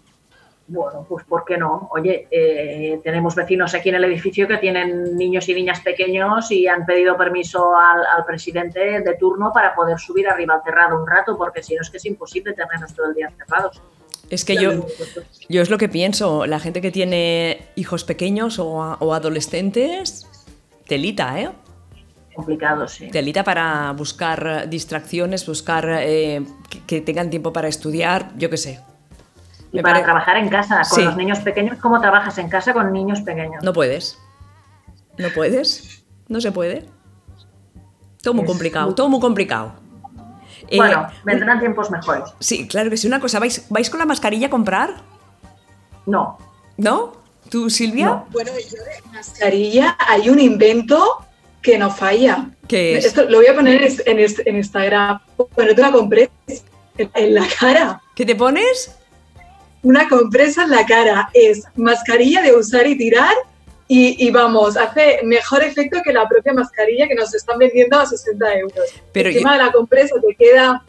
Speaker 2: Bueno, pues ¿por qué no? Oye, eh, tenemos vecinos aquí en el edificio que tienen niños y niñas pequeños y han pedido permiso al, al presidente de turno para poder subir arriba al terrado un rato, porque si no es que es imposible tenernos todo el día encerrados.
Speaker 1: Es que yo, yo es lo que pienso. La gente que tiene hijos pequeños o, a- o adolescentes, telita, ¿eh?
Speaker 2: Complicado, sí.
Speaker 1: Telita para buscar eh, distracciones, buscar eh, que, que tengan tiempo para estudiar, yo qué sé.
Speaker 2: Y
Speaker 1: me
Speaker 2: para
Speaker 1: pare-
Speaker 2: trabajar en casa con
Speaker 1: Sí.
Speaker 2: los niños pequeños, ¿cómo trabajas en casa con niños pequeños?
Speaker 1: No puedes. No puedes. No se puede. Todo muy
Speaker 2: Es
Speaker 1: complicado,
Speaker 2: muy-
Speaker 1: todo muy complicado. Eh,
Speaker 2: bueno, vendrán tiempos mejores.
Speaker 1: sí, claro que sí. Una cosa, ¿vais, vais con la mascarilla a comprar?
Speaker 2: No,
Speaker 1: ¿No? ¿Tú, Silvia?
Speaker 2: No.
Speaker 3: Bueno, y yo de mascarilla hay un invento que no falla.
Speaker 1: ¿Qué es?
Speaker 3: Esto lo voy a poner en, en- en Instagram. Ponerte una compresa en- en la cara.
Speaker 1: ¿Qué te pones?
Speaker 3: una compresa en la cara. Es mascarilla de usar y tirar. Y, y vamos, hace mejor efecto que la propia mascarilla que nos están vendiendo a 60 euros.
Speaker 1: Pero
Speaker 3: Encima de la compresa te queda,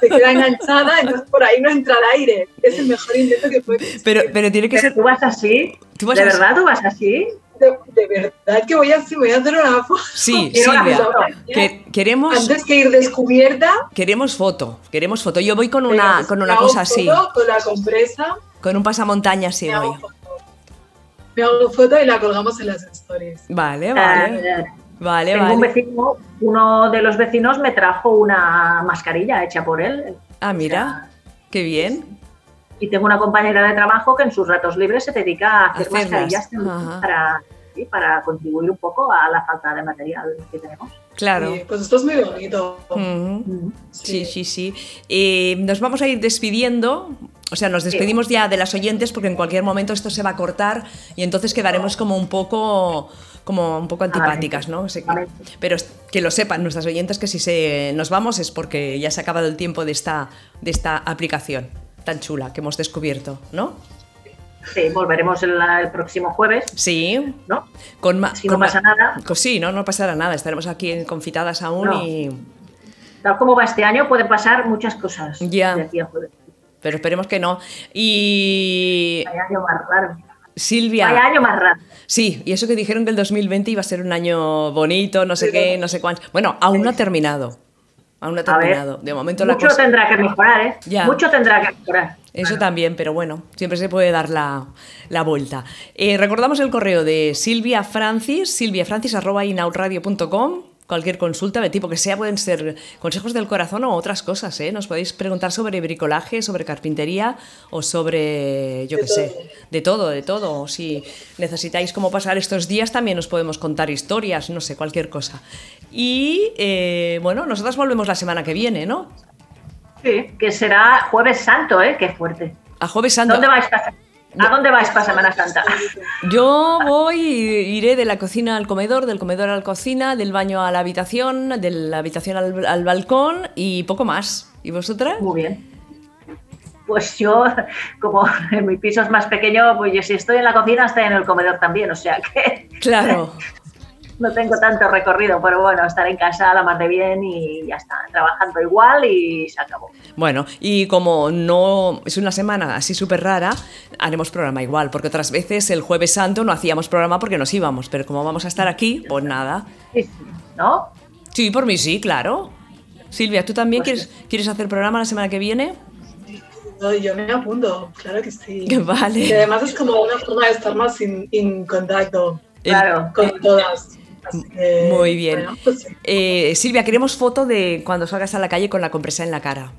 Speaker 3: te queda enganchada, entonces por ahí no entra el aire. Es el mejor invento que puede existir.
Speaker 1: Pero, pero tiene que
Speaker 2: Pero
Speaker 1: ser.
Speaker 2: tú vas así,
Speaker 1: ¿Tú vas
Speaker 2: ¿de
Speaker 1: a-
Speaker 2: verdad tú vas así?
Speaker 3: de, de verdad que voy a, me voy a hacer una foto.
Speaker 1: Sí,
Speaker 2: Quiero una
Speaker 1: Silvia.
Speaker 2: foto.
Speaker 1: que- queremos,
Speaker 3: Antes que ir descubierta,
Speaker 1: queremos foto. Queremos foto. Yo voy con
Speaker 3: venga,
Speaker 1: una,
Speaker 3: pues,
Speaker 1: con
Speaker 3: me
Speaker 1: una
Speaker 3: hago
Speaker 1: cosa así.
Speaker 3: foto Con la compresa,
Speaker 1: Con un pasamontaña así
Speaker 3: me
Speaker 1: voy.
Speaker 3: hago foto. Me hago foto y la colgamos en las stories.
Speaker 1: Vale, vale.
Speaker 2: Eh,
Speaker 1: Vale,
Speaker 2: Tengo un
Speaker 1: vale.
Speaker 2: vecino, uno de los vecinos me trajo una mascarilla hecha por él.
Speaker 1: Ah, mira. Qué bien.
Speaker 2: Y tengo una compañera de trabajo que en sus ratos libres se dedica a hacer
Speaker 1: Hacerlas.
Speaker 2: mascarillas también
Speaker 1: Ajá.
Speaker 2: para, sí, para contribuir un poco a la falta de material que tenemos.
Speaker 1: Claro. Mm.
Speaker 3: Sí, pues esto es muy bonito.
Speaker 1: Ujú. Sí, sí,
Speaker 3: Sí.
Speaker 1: sí. Eh, nos vamos a ir despidiendo. O sea, nos despedimos ya de las oyentes porque en cualquier momento esto se va a cortar y entonces quedaremos como un poco como un poco antipáticas, ¿no? Se-
Speaker 2: Vale.
Speaker 1: pero es- que lo sepan nuestras oyentes que si se nos vamos es porque ya se ha acabado el tiempo de esta de esta aplicación tan chula que hemos descubierto, ¿no?
Speaker 2: Sí, volveremos el, el próximo jueves,
Speaker 1: Sí.
Speaker 2: ¿no?
Speaker 1: Con ma-
Speaker 2: Si no
Speaker 1: con ma-
Speaker 2: pasa nada.
Speaker 1: Pues sí, no no pasará nada, estaremos aquí en confitadas aún
Speaker 2: No.
Speaker 1: y
Speaker 2: Tal como va este año, pueden pasar muchas cosas.
Speaker 1: Ya.
Speaker 2: de aquí a jueves.
Speaker 1: pero esperemos que no. Y
Speaker 2: Hay año más raro.
Speaker 1: Silvia.
Speaker 2: Vaya año más raro.
Speaker 1: Sí, y eso que dijeron que el 2020 iba a ser un año bonito, no sé qué, no sé cuánto. Bueno, aún no ha terminado. Aún no ha
Speaker 2: A ver,
Speaker 1: terminado. De momento la
Speaker 2: mucho
Speaker 1: cosa.
Speaker 2: tendrá que mejorar, ¿eh?
Speaker 1: Ya.
Speaker 2: Mucho tendrá que mejorar.
Speaker 1: Eso también, pero bueno, siempre se puede dar la, la vuelta. Eh, recordamos el correo de Silvia Francis, silviafrancis.inautradio.com. Cualquier consulta de tipo que sea, pueden ser consejos del corazón o otras cosas. ¿eh? Nos podéis preguntar sobre bricolaje, sobre carpintería o sobre, yo qué sé, de todo, de todo. Si necesitáis cómo pasar estos días, también os podemos contar historias, no sé, cualquier cosa. Y eh, bueno, nosotras volvemos la semana que viene, ¿no?
Speaker 2: Sí, que será Jueves Santo, ¿eh? Qué fuerte.
Speaker 1: A Jueves Santo.
Speaker 2: ¿Dónde vais para, ¿A dónde vais para Semana
Speaker 1: <laughs>
Speaker 2: Santa?
Speaker 1: Yo voy, y iré de la cocina al comedor, del comedor a la cocina, del baño a la habitación, de la habitación al, al balcón y poco más. ¿Y vosotras?
Speaker 2: Muy bien. Pues yo, como <laughs> en mi piso es más pequeño, pues yo si estoy en la cocina, estoy en el comedor también, o sea que <laughs>
Speaker 1: Claro.
Speaker 2: no tengo tanto recorrido, pero bueno, estar en casa la más de bien y ya está, trabajando igual y se acabó.
Speaker 1: Bueno, y como no es una semana así súper rara, haremos programa igual, porque otras veces el jueves santo no hacíamos programa porque nos íbamos, pero como vamos a estar aquí, pues nada.
Speaker 2: Sí, sí, ¿No?
Speaker 1: Sí, por mí sí, claro. Silvia, ¿tú también quieres, quieres hacer programa la semana que viene?
Speaker 3: No, yo me apunto, claro que sí.
Speaker 1: <laughs> Vale.
Speaker 3: Y además es como una forma de estar más en- en contacto
Speaker 1: El-
Speaker 2: Claro.
Speaker 3: con todas. Así que,
Speaker 1: Muy bien.
Speaker 3: bueno, pues sí.
Speaker 1: Eh, Silvia, queremos foto de cuando salgas a la calle con la compresa en la cara.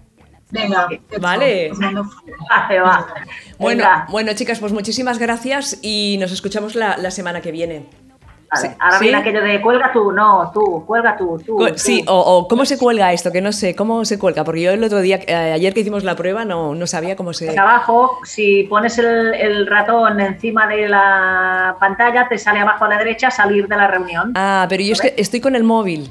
Speaker 3: Venga, hecho.
Speaker 1: Vale.
Speaker 3: Os mando fotos.
Speaker 2: Vale, va.
Speaker 1: <laughs> Bueno,
Speaker 2: Venga,
Speaker 1: bueno, chicas, pues muchísimas gracias y nos escuchamos la, la semana que viene.
Speaker 2: vale.
Speaker 1: sí,
Speaker 2: Ahora
Speaker 1: sí.
Speaker 2: viene aquello de cuelga tú, no, tú, cuelga tú, tú.
Speaker 1: Cu- Sí,
Speaker 2: tú.
Speaker 1: o, o cómo se cuelga esto, que no sé, cómo se cuelga, porque yo el otro día, eh, ayer que hicimos la prueba, no, no sabía cómo se...
Speaker 2: Hacia abajo, si pones el, el ratón encima de la pantalla, te sale abajo a la derecha salir de la reunión. Ah,
Speaker 1: Ah, pero yo es que estoy con el móvil.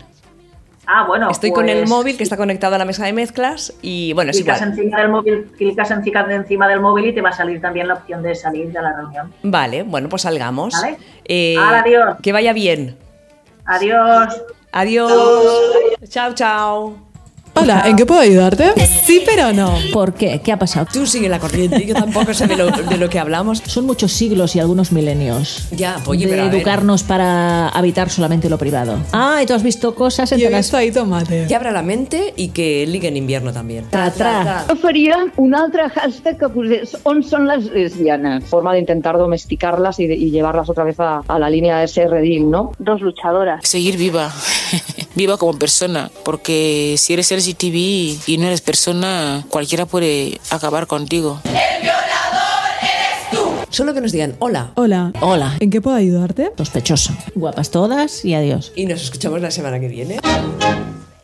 Speaker 2: bueno.
Speaker 1: Estoy con el
Speaker 2: pues,
Speaker 1: móvil que está conectado a la mesa de mezclas y bueno, es
Speaker 2: Clicas
Speaker 1: igual.
Speaker 2: encima, del móvil, clicas encima de- encima del móvil y te va a salir también la opción de salir de la reunión.
Speaker 1: Vale, bueno, pues salgamos.
Speaker 2: Vale.
Speaker 1: Eh,
Speaker 2: Hala, adiós.
Speaker 1: Que vaya bien.
Speaker 2: Adiós.
Speaker 1: Adiós. Chao, chao.
Speaker 7: Hola, ¿en qué puedo ayudarte? Sí, pero no.
Speaker 8: ¿Por qué? ¿Qué ha pasado?
Speaker 1: Tú sigue la corriente, yo tampoco sé de lo, de lo que hablamos.
Speaker 8: Son muchos siglos y algunos milenios.
Speaker 1: Ya, oye,
Speaker 8: de
Speaker 1: pero a ¿eh? ver.
Speaker 8: educarnos para habitar solamente lo privado. Ah, y tú has visto cosas
Speaker 7: Yo
Speaker 8: entre
Speaker 7: he
Speaker 8: las...
Speaker 7: visto ahí tomate.
Speaker 1: Que abra la mente i que ligue en invierno també.
Speaker 8: Tra, tra.
Speaker 9: Jo faria un altre hashtag que posés on són les lesbianes. Forma de intentar domesticarlas y, de- y llevarlas otra vez a, a la línea de ser redil, ¿no? Dos luchadoras.
Speaker 10: Seguir viva, <laughs> viva como persona, porque si eres LGTB y no eres persona, cualquiera puede acabar contigo.
Speaker 1: Solo que nos digan hola
Speaker 7: Hola,
Speaker 8: Hola.
Speaker 7: ¿en qué puedo ayudarte?
Speaker 8: Sospechoso. Guapas todas y adiós.
Speaker 1: y nos escuchamos la semana que viene.